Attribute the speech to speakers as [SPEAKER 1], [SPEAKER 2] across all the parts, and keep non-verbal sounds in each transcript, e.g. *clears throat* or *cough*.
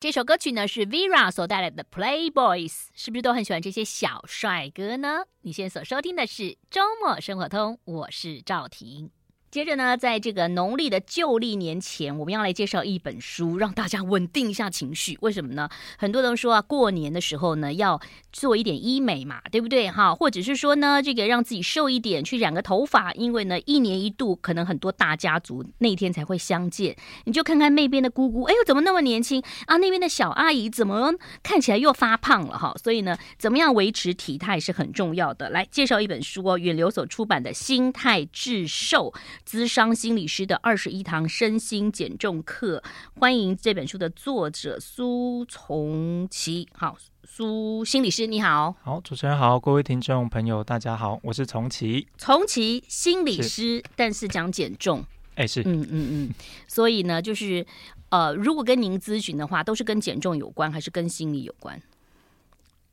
[SPEAKER 1] 这首歌曲呢是 Vera 所带来的《Playboys》，是不是都很喜欢这些小帅哥呢？你现在所收听的是周末生活通，我是赵婷。接着呢，在这个农历的旧历年前，我们要来介绍一本书，让大家稳定一下情绪。为什么呢？很多人说啊，过年的时候呢，要做一点医美嘛，对不对哈？或者是说呢，这个让自己瘦一点，去染个头发，因为呢，一年一度可能很多大家族那天才会相见。你就看看那边的姑姑，哎呦，怎么那么年轻啊？那边的小阿姨怎么看起来又发胖了哈？所以呢，怎么样维持体态是很重要的。来介绍一本书哦，远流所出版的《心态致瘦》。资商心理师的二十一堂身心减重课，欢迎这本书的作者苏从奇。好，苏心理师你好，
[SPEAKER 2] 好，主持人好，各位听众朋友，大家好，我是重启。
[SPEAKER 1] 从奇心理师，但是讲减重，
[SPEAKER 2] 哎，是，
[SPEAKER 1] 嗯嗯嗯，所以呢，就是呃，如果跟您咨询的话，都是跟减重有关，还是跟心理有关？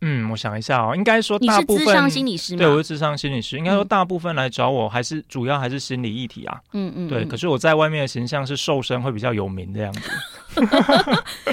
[SPEAKER 2] 嗯，我想一下哦，应该说
[SPEAKER 1] 你
[SPEAKER 2] 大
[SPEAKER 1] 是
[SPEAKER 2] 部
[SPEAKER 1] 资
[SPEAKER 2] 分
[SPEAKER 1] 商心理师吗？
[SPEAKER 2] 对，我是智商心理师，应该说
[SPEAKER 1] 嗯
[SPEAKER 2] 大部分来找我还是主要还是心理议题啊。
[SPEAKER 1] 嗯嗯，
[SPEAKER 2] 对，
[SPEAKER 1] 嗯
[SPEAKER 2] 可是我在外面的形象是瘦身会比较有名的样子。
[SPEAKER 1] *laughs*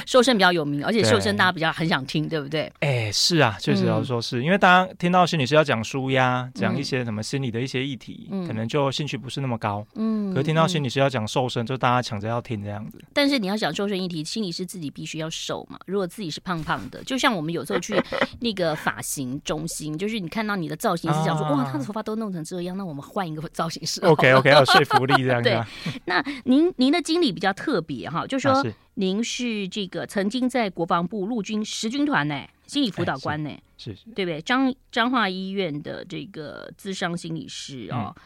[SPEAKER 1] 瘦身比较有名，而且
[SPEAKER 2] 对
[SPEAKER 1] 瘦身大家比较很想听，对不对？
[SPEAKER 2] 哎，是啊，确实要
[SPEAKER 1] 嗯
[SPEAKER 2] 说是、因为大家听到心理师要讲舒压，讲
[SPEAKER 1] 嗯
[SPEAKER 2] 一些什么心理的一些议题，
[SPEAKER 1] 嗯
[SPEAKER 2] 可能就兴趣不是那么高。
[SPEAKER 1] 嗯，
[SPEAKER 2] 可是听到
[SPEAKER 1] 嗯
[SPEAKER 2] 心理师要讲瘦身，就大家抢着要听这样子。
[SPEAKER 1] 但是你要想瘦身议题，心理师自己必须要瘦嘛。如果自己是胖胖的，就像我们有时候
[SPEAKER 2] *laughs*
[SPEAKER 1] 去那个发型中心，就是你看到你的造型师想说，
[SPEAKER 2] 啊
[SPEAKER 1] 哇，他的头发都弄成这样，那我们换一个造型师好了。
[SPEAKER 2] OK OK，要有说服力这样子啊。
[SPEAKER 1] *laughs* 那您您的经历比较特别哈，就
[SPEAKER 2] 啊
[SPEAKER 1] 说
[SPEAKER 2] 是
[SPEAKER 1] 您是这个曾经在国防部陆军十军团呢、心理辅导官呢、
[SPEAKER 2] 是
[SPEAKER 1] 对不对？彰彰化医院的这个咨商心理师
[SPEAKER 2] 嗯
[SPEAKER 1] 哦，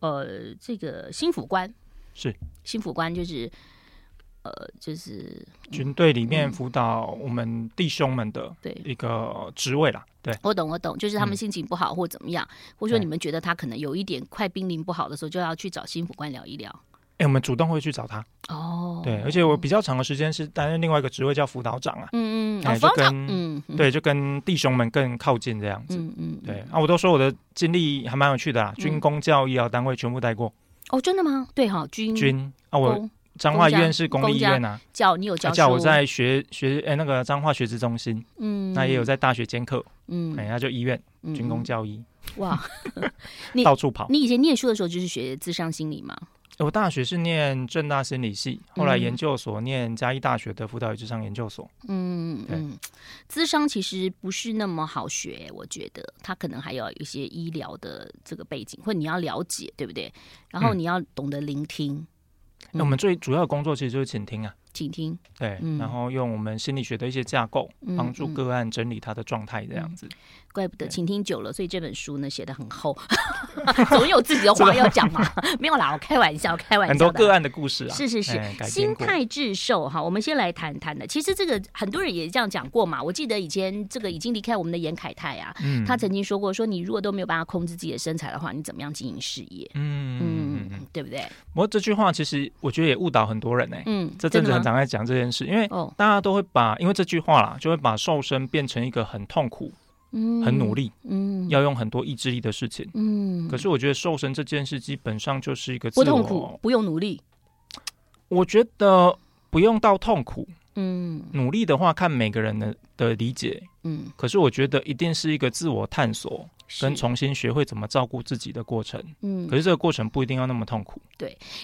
[SPEAKER 1] 呃，这个心辅官
[SPEAKER 2] 是
[SPEAKER 1] 心辅官就是呃就是
[SPEAKER 2] 军队里面辅导我们弟兄们的
[SPEAKER 1] 对
[SPEAKER 2] 一个职位啦。对，
[SPEAKER 1] 我懂，我懂，就是他们
[SPEAKER 2] 嗯
[SPEAKER 1] 心情不好或怎么样，或者说
[SPEAKER 2] 对
[SPEAKER 1] 你们觉得他可能有一点快濒临不好的时候，就要去找心腹官聊一聊。
[SPEAKER 2] 哎，我们主动会去找他。
[SPEAKER 1] 哦，
[SPEAKER 2] 对，而且我比较长的时间是担任另外一个职位叫辅导长啊。
[SPEAKER 1] 嗯嗯，哦
[SPEAKER 2] 哎，
[SPEAKER 1] 方
[SPEAKER 2] 就
[SPEAKER 1] 长，
[SPEAKER 2] 跟
[SPEAKER 1] 嗯，嗯，
[SPEAKER 2] 对，就跟弟兄们更靠近这样子。
[SPEAKER 1] 嗯嗯，嗯
[SPEAKER 2] 对，，啊，我都说我的经历还蛮有趣的啦，军工、教育、医疗单位全部待过。
[SPEAKER 1] 哦，真的吗？对哈，军
[SPEAKER 2] 军啊，我
[SPEAKER 1] 工
[SPEAKER 2] 彰化医
[SPEAKER 1] 嗯公家
[SPEAKER 2] 院是公立医院啊，
[SPEAKER 1] 教你有教
[SPEAKER 2] 啊
[SPEAKER 1] 书，
[SPEAKER 2] 叫我在学学哎那个彰化学资中心，
[SPEAKER 1] 嗯，
[SPEAKER 2] 那也有在大学兼课，
[SPEAKER 1] 嗯
[SPEAKER 2] 哎，那就医院
[SPEAKER 1] 嗯
[SPEAKER 2] 军工教医
[SPEAKER 1] 哇，
[SPEAKER 2] *laughs*
[SPEAKER 1] 你
[SPEAKER 2] 到处跑。
[SPEAKER 1] 你以前念书的时候就是学智商心理嘛？
[SPEAKER 2] 我大学是念正大心理系，后来
[SPEAKER 1] 嗯
[SPEAKER 2] 研究所念嘉义大学的辅导与智商研究所。
[SPEAKER 1] 嗯
[SPEAKER 2] 对
[SPEAKER 1] 嗯，智商其实不是那么好学，我觉得他可能还要有一些医疗的这个背景，或你要了解，对不对？然后
[SPEAKER 2] 嗯
[SPEAKER 1] 你要懂得聆听，
[SPEAKER 2] 那、我们最主要的工作其实就是倾听啊，
[SPEAKER 1] 请听。
[SPEAKER 2] 对，
[SPEAKER 1] 嗯
[SPEAKER 2] 然后用我们心理学的一些架构，
[SPEAKER 1] 嗯
[SPEAKER 2] 帮助
[SPEAKER 1] 嗯
[SPEAKER 2] 个案整理他的状态，这样子。
[SPEAKER 1] 怪不得
[SPEAKER 2] 对
[SPEAKER 1] 倾听久了，所以这本书呢写的很
[SPEAKER 2] *laughs*
[SPEAKER 1] 厚，总有自己的话要讲嘛。没有啦，我开玩笑，开玩笑
[SPEAKER 2] 很
[SPEAKER 1] 的。
[SPEAKER 2] 多个案的故事啊，
[SPEAKER 1] 是是是
[SPEAKER 2] 哎，改编
[SPEAKER 1] 心
[SPEAKER 2] 过
[SPEAKER 1] 态致瘦哈。我们先来谈谈的，其实这个很多人也这样讲过嘛。我记得以前这个已经离开我们的严凯泰啊，
[SPEAKER 2] 嗯
[SPEAKER 1] 他曾经说过，说你如果都没有办法控制自己的身材的话，你怎么样经营事业？
[SPEAKER 2] 嗯嗯
[SPEAKER 1] 嗯
[SPEAKER 2] 嗯嗯。，
[SPEAKER 1] 对不对？
[SPEAKER 2] 不过这句话其实我觉得也误导很多人呢、欸
[SPEAKER 1] 嗯，
[SPEAKER 2] 这
[SPEAKER 1] 真
[SPEAKER 2] 阵
[SPEAKER 1] 的
[SPEAKER 2] 子很
[SPEAKER 1] 吗？
[SPEAKER 2] 常在讲这件事，因为
[SPEAKER 1] 哦，
[SPEAKER 2] 大家都会把因为这句话啦，就会把瘦身变成一个很痛苦、
[SPEAKER 1] 嗯，
[SPEAKER 2] 很努，力、
[SPEAKER 1] 嗯，
[SPEAKER 2] 要用很多意志力的事情。
[SPEAKER 1] 嗯，
[SPEAKER 2] 可是我觉得瘦身这件事基本上就是一个自
[SPEAKER 1] 不
[SPEAKER 2] 我，
[SPEAKER 1] 痛苦，不用努力，
[SPEAKER 2] 我觉得不用到痛苦，
[SPEAKER 1] 嗯
[SPEAKER 2] 努力的话看每个人的的理解。
[SPEAKER 1] 嗯，
[SPEAKER 2] 可是我觉得一定是一个自我探索跟
[SPEAKER 1] 是
[SPEAKER 2] 重新学会怎么照顾自己的过程。
[SPEAKER 1] 嗯
[SPEAKER 2] 可是这个过程不一定要那么痛苦。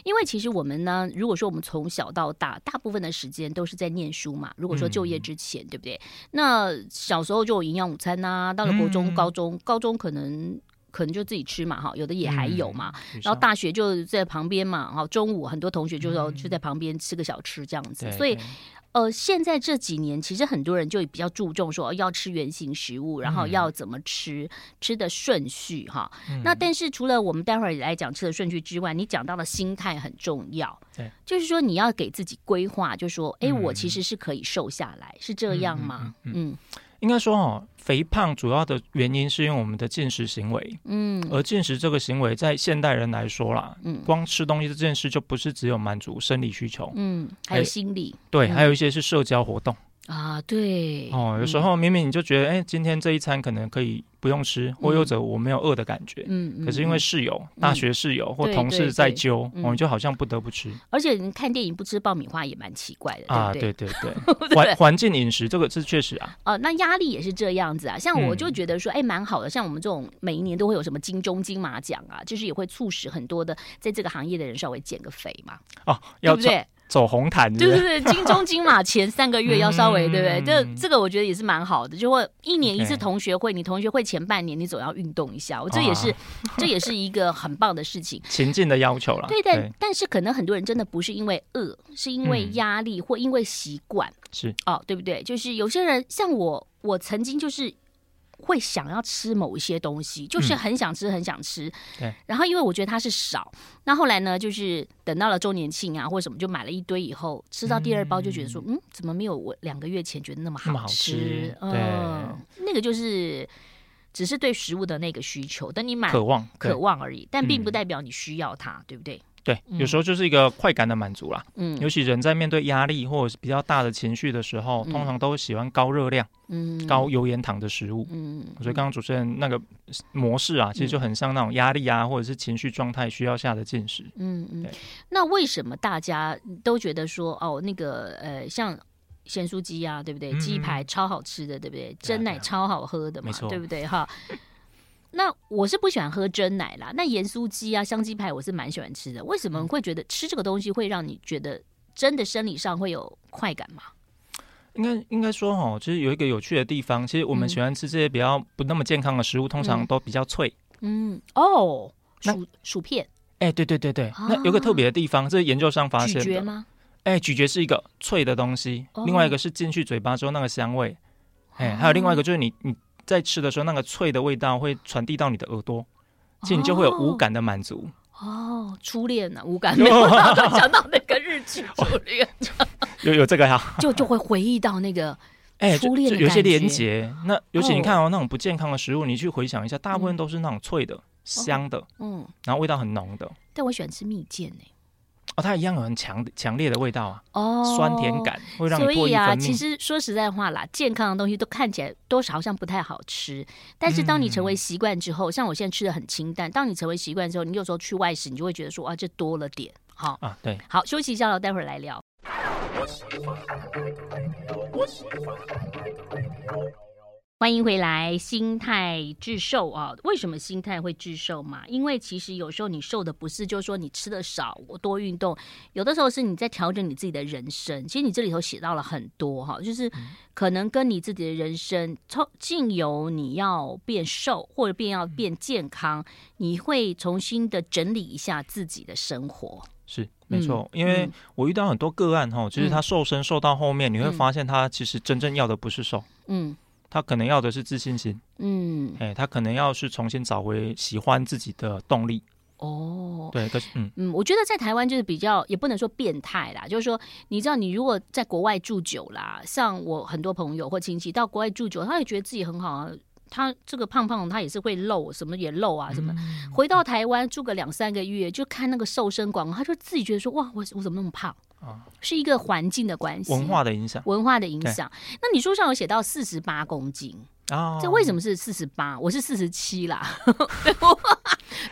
[SPEAKER 1] 因为其实我们呢，如果说我们从小到大，大部分的时间都是在念书嘛。如果说
[SPEAKER 2] 嗯
[SPEAKER 1] 就业之前，对不对？那小时候就有营养午餐呐、到了国中、
[SPEAKER 2] 嗯
[SPEAKER 1] 高中，高中可能可能就自己吃嘛，哈，有的也还有嘛。
[SPEAKER 2] 嗯，
[SPEAKER 1] 然后大学就在旁边嘛，哈，中午很多同学就说就在旁边吃个小吃这样子，
[SPEAKER 2] 嗯对，
[SPEAKER 1] 所以
[SPEAKER 2] 啊对
[SPEAKER 1] 呃，现在这几年其实很多人就比较注重说哦要吃原形食物，然后
[SPEAKER 2] 嗯
[SPEAKER 1] 要怎么吃，吃的顺序哈。
[SPEAKER 2] 嗯
[SPEAKER 1] 那但是除了我们待会儿来讲吃的顺序之外，你讲到的心态很重要
[SPEAKER 2] 对，
[SPEAKER 1] 就是说你要给自己规划，就说哎，诶我其
[SPEAKER 2] 嗯
[SPEAKER 1] 实是可以瘦下来，是这样吗？
[SPEAKER 2] 嗯
[SPEAKER 1] 嗯
[SPEAKER 2] 应该说哦，肥胖主要的原因是因为我们的进食行为，
[SPEAKER 1] 嗯
[SPEAKER 2] 而进食这个行为在现代人来说啦，
[SPEAKER 1] 嗯
[SPEAKER 2] 光吃东西这件事就不是只有满足生理需求，
[SPEAKER 1] 嗯，还有
[SPEAKER 2] 哎
[SPEAKER 1] 心理，
[SPEAKER 2] 对，
[SPEAKER 1] 嗯
[SPEAKER 2] 还有一些是社交活动，
[SPEAKER 1] 啊，对，
[SPEAKER 2] 哦，有时
[SPEAKER 1] 嗯
[SPEAKER 2] 候明明你就觉得，哎、今天这一餐可能可以不用吃，或又者我没有饿的感觉，
[SPEAKER 1] 嗯，嗯
[SPEAKER 2] 可是因为
[SPEAKER 1] 嗯
[SPEAKER 2] 室友、大学室友或
[SPEAKER 1] 对
[SPEAKER 2] 同
[SPEAKER 1] 对
[SPEAKER 2] 事
[SPEAKER 1] 对
[SPEAKER 2] 在揪，
[SPEAKER 1] 嗯
[SPEAKER 2] 我们就好像不得不吃
[SPEAKER 1] 而且你看电影不吃爆米花也蛮奇怪的，
[SPEAKER 2] 啊，
[SPEAKER 1] 对不对？
[SPEAKER 2] 对对
[SPEAKER 1] *laughs* 对
[SPEAKER 2] 对，
[SPEAKER 1] 不对
[SPEAKER 2] 环环境饮食这个是确实啊，
[SPEAKER 1] 哦，那压力也是这样子啊。像我就
[SPEAKER 2] 嗯
[SPEAKER 1] 觉得说，哎、蛮好的。像我们这种每一年都会有什么金钟、金马奖啊，就是也会促使很多的在这个行业的人稍微减个肥嘛，
[SPEAKER 2] 哦，
[SPEAKER 1] 对
[SPEAKER 2] *laughs* 要
[SPEAKER 1] 不
[SPEAKER 2] 走
[SPEAKER 1] 对？
[SPEAKER 2] 走红毯
[SPEAKER 1] *laughs*
[SPEAKER 2] 是不
[SPEAKER 1] 对
[SPEAKER 2] 是， *laughs*
[SPEAKER 1] 对对，金钟、金马前三个月要稍微，对不对？
[SPEAKER 2] 嗯
[SPEAKER 1] 这这个我觉得也是蛮好的，就会一年一次
[SPEAKER 2] *laughs* OK
[SPEAKER 1] 同学会，你同学会前半年你总要运动一下，我这也是、 *laughs*
[SPEAKER 2] 啊
[SPEAKER 1] 这也是一个很棒的事
[SPEAKER 2] *laughs*
[SPEAKER 1] 情。
[SPEAKER 2] 情境的要求
[SPEAKER 1] *laughs*
[SPEAKER 2] 啦。
[SPEAKER 1] 对，但但是可能很多人真的不是因为饿，是因为
[SPEAKER 2] 嗯
[SPEAKER 1] 压力或因为习惯。
[SPEAKER 2] 是
[SPEAKER 1] 哦，对不对？就是有些人像我，我曾经就是会想要吃某一些东西，就是
[SPEAKER 2] 嗯
[SPEAKER 1] 很想吃，很想吃。
[SPEAKER 2] 对。
[SPEAKER 1] 然后因为我觉得它是少，那后来呢，就是等到了周年庆啊或什么，就买了一堆以后，吃到第二包就觉得说，嗯怎么没有我两个月前觉得那么
[SPEAKER 2] 那么好
[SPEAKER 1] 吃
[SPEAKER 2] 吃？
[SPEAKER 1] 嗯，那个就是只是对食物的那个需求，等你买
[SPEAKER 2] 渴望，
[SPEAKER 1] 啊渴
[SPEAKER 2] 对
[SPEAKER 1] 望而已，但并不
[SPEAKER 2] 嗯
[SPEAKER 1] 代表你需要它，对不对？
[SPEAKER 2] 对，
[SPEAKER 1] 嗯
[SPEAKER 2] 有时候就是一个快感的满足啦。
[SPEAKER 1] 嗯
[SPEAKER 2] 尤其人在面对压力或者是比较大的情绪的时候，
[SPEAKER 1] 嗯
[SPEAKER 2] 通常都喜欢高热量、
[SPEAKER 1] 嗯
[SPEAKER 2] 高油盐糖的食物。
[SPEAKER 1] 嗯，
[SPEAKER 2] 所以刚刚主持人那个模式啊，其实就很像那种压力啊，或者是情绪状态需要下的进食。
[SPEAKER 1] 嗯嗯
[SPEAKER 2] 对，
[SPEAKER 1] 那为什么大家都觉得说哦，那个呃，像咸酥鸡啊，对不对？
[SPEAKER 2] 嗯
[SPEAKER 1] 鸡排超好吃的，对不对？
[SPEAKER 2] 对啊
[SPEAKER 1] 蒸奶超好喝的嘛
[SPEAKER 2] 没，错
[SPEAKER 1] 对不对？哈。 *laughs* 那我是不喜欢喝蒸奶啦，那盐酥鸡啊、香鸡排我是蛮喜欢吃的。为什
[SPEAKER 2] 嗯
[SPEAKER 1] 么会觉得吃这个东西会让你觉得真的生理上会有快感吗？
[SPEAKER 2] 应该应该说哈，其实有一个有趣的地方，其实我们
[SPEAKER 1] 嗯
[SPEAKER 2] 喜欢吃这些比较不那么健康的食物，通常
[SPEAKER 1] 嗯
[SPEAKER 2] 都比较脆。
[SPEAKER 1] 嗯，哦，
[SPEAKER 2] 那
[SPEAKER 1] 薯薯片
[SPEAKER 2] 哎、对对对对，
[SPEAKER 1] 啊
[SPEAKER 2] 那有个特别的地方，这是研究上发
[SPEAKER 1] 咀
[SPEAKER 2] 现
[SPEAKER 1] 嚼
[SPEAKER 2] 的。
[SPEAKER 1] 吗？
[SPEAKER 2] 哎、咀嚼是一个脆的东西，
[SPEAKER 1] 哦
[SPEAKER 2] 另外一个是进去嘴巴之后那个香味，哎、还有另外一个就是你你在吃的时候那个脆的味道会传递到你的耳朵，其实你就会有无感的满足。
[SPEAKER 1] 哦，初恋呢、无
[SPEAKER 2] *laughs*
[SPEAKER 1] 感没有，我刚想到那个日剧初恋， *laughs*
[SPEAKER 2] 有有这个啊 *laughs* 哈，
[SPEAKER 1] 就就会回忆到那个
[SPEAKER 2] 哎、
[SPEAKER 1] 初
[SPEAKER 2] 就
[SPEAKER 1] 恋
[SPEAKER 2] 就
[SPEAKER 1] 的
[SPEAKER 2] 有一些
[SPEAKER 1] 感觉
[SPEAKER 2] 连结。那尤其你看哦，那种不健康的食物，你去回想一下，大部分都是那种脆
[SPEAKER 1] 哦
[SPEAKER 2] 的、香的，
[SPEAKER 1] 嗯，
[SPEAKER 2] 然后味道很浓的。
[SPEAKER 1] 但我喜欢吃蜜饯欸呢、
[SPEAKER 2] 哦，它一样有很强强烈的味道啊，
[SPEAKER 1] 哦
[SPEAKER 2] 酸甜。感会让你
[SPEAKER 1] 所
[SPEAKER 2] 唾
[SPEAKER 1] 以
[SPEAKER 2] 液
[SPEAKER 1] 啊，
[SPEAKER 2] 分
[SPEAKER 1] 其
[SPEAKER 2] 泌。
[SPEAKER 1] 实说实在话啦，健康的东西都看起来多少好像不太好吃，但是当你成
[SPEAKER 2] 嗯
[SPEAKER 1] 为习惯之后，像我现在吃的很清淡，当你成为习惯之后，你有时候去外食，你就会觉得说啊，这多了点。好，
[SPEAKER 2] 啊，对，
[SPEAKER 1] 好，休息一下了，待会儿来聊。欢迎回来，心态致瘦啊？为什么心态会致瘦嘛？因为其实有时候你瘦的不是，就是说你吃的少，我多运动，有的时候是你在调整你自己的人生。其实你这里头写到了很多哈，就是可能跟你自己的人生，从进由你要变瘦或者变要变健康，你会重新的整理一下自己的生活。
[SPEAKER 2] 是没错，
[SPEAKER 1] 嗯
[SPEAKER 2] 因为我遇到很多个案哈，其实他瘦身瘦到后面，你会发现他其实真正要的不是瘦，
[SPEAKER 1] 嗯
[SPEAKER 2] 他可能要的是自信心，
[SPEAKER 1] 嗯，
[SPEAKER 2] 哎、他可能要是重新找回喜欢自己的动力。
[SPEAKER 1] 哦，
[SPEAKER 2] 对，可是嗯，
[SPEAKER 1] 嗯，我觉得在台湾就是比较，也不能说变态啦，就是说，你知道，你如果在国外住久啦，像我很多朋友或亲戚到国外住久，他也觉得自己很好啊，他这个胖胖，他也是会露，什么也露啊，什么。
[SPEAKER 2] 嗯
[SPEAKER 1] 回到台湾住个两三个月，就看那个瘦身广告，他就自己觉得说，哇，我我怎么那么胖？
[SPEAKER 2] 啊
[SPEAKER 1] 是一个环境的关系，
[SPEAKER 2] 文化的影响
[SPEAKER 1] 文化的影
[SPEAKER 2] 对
[SPEAKER 1] 响。那你书上有写到四十八公斤，
[SPEAKER 2] 啊，
[SPEAKER 1] 这为什么是四十八？我是四十七啦。 *laughs*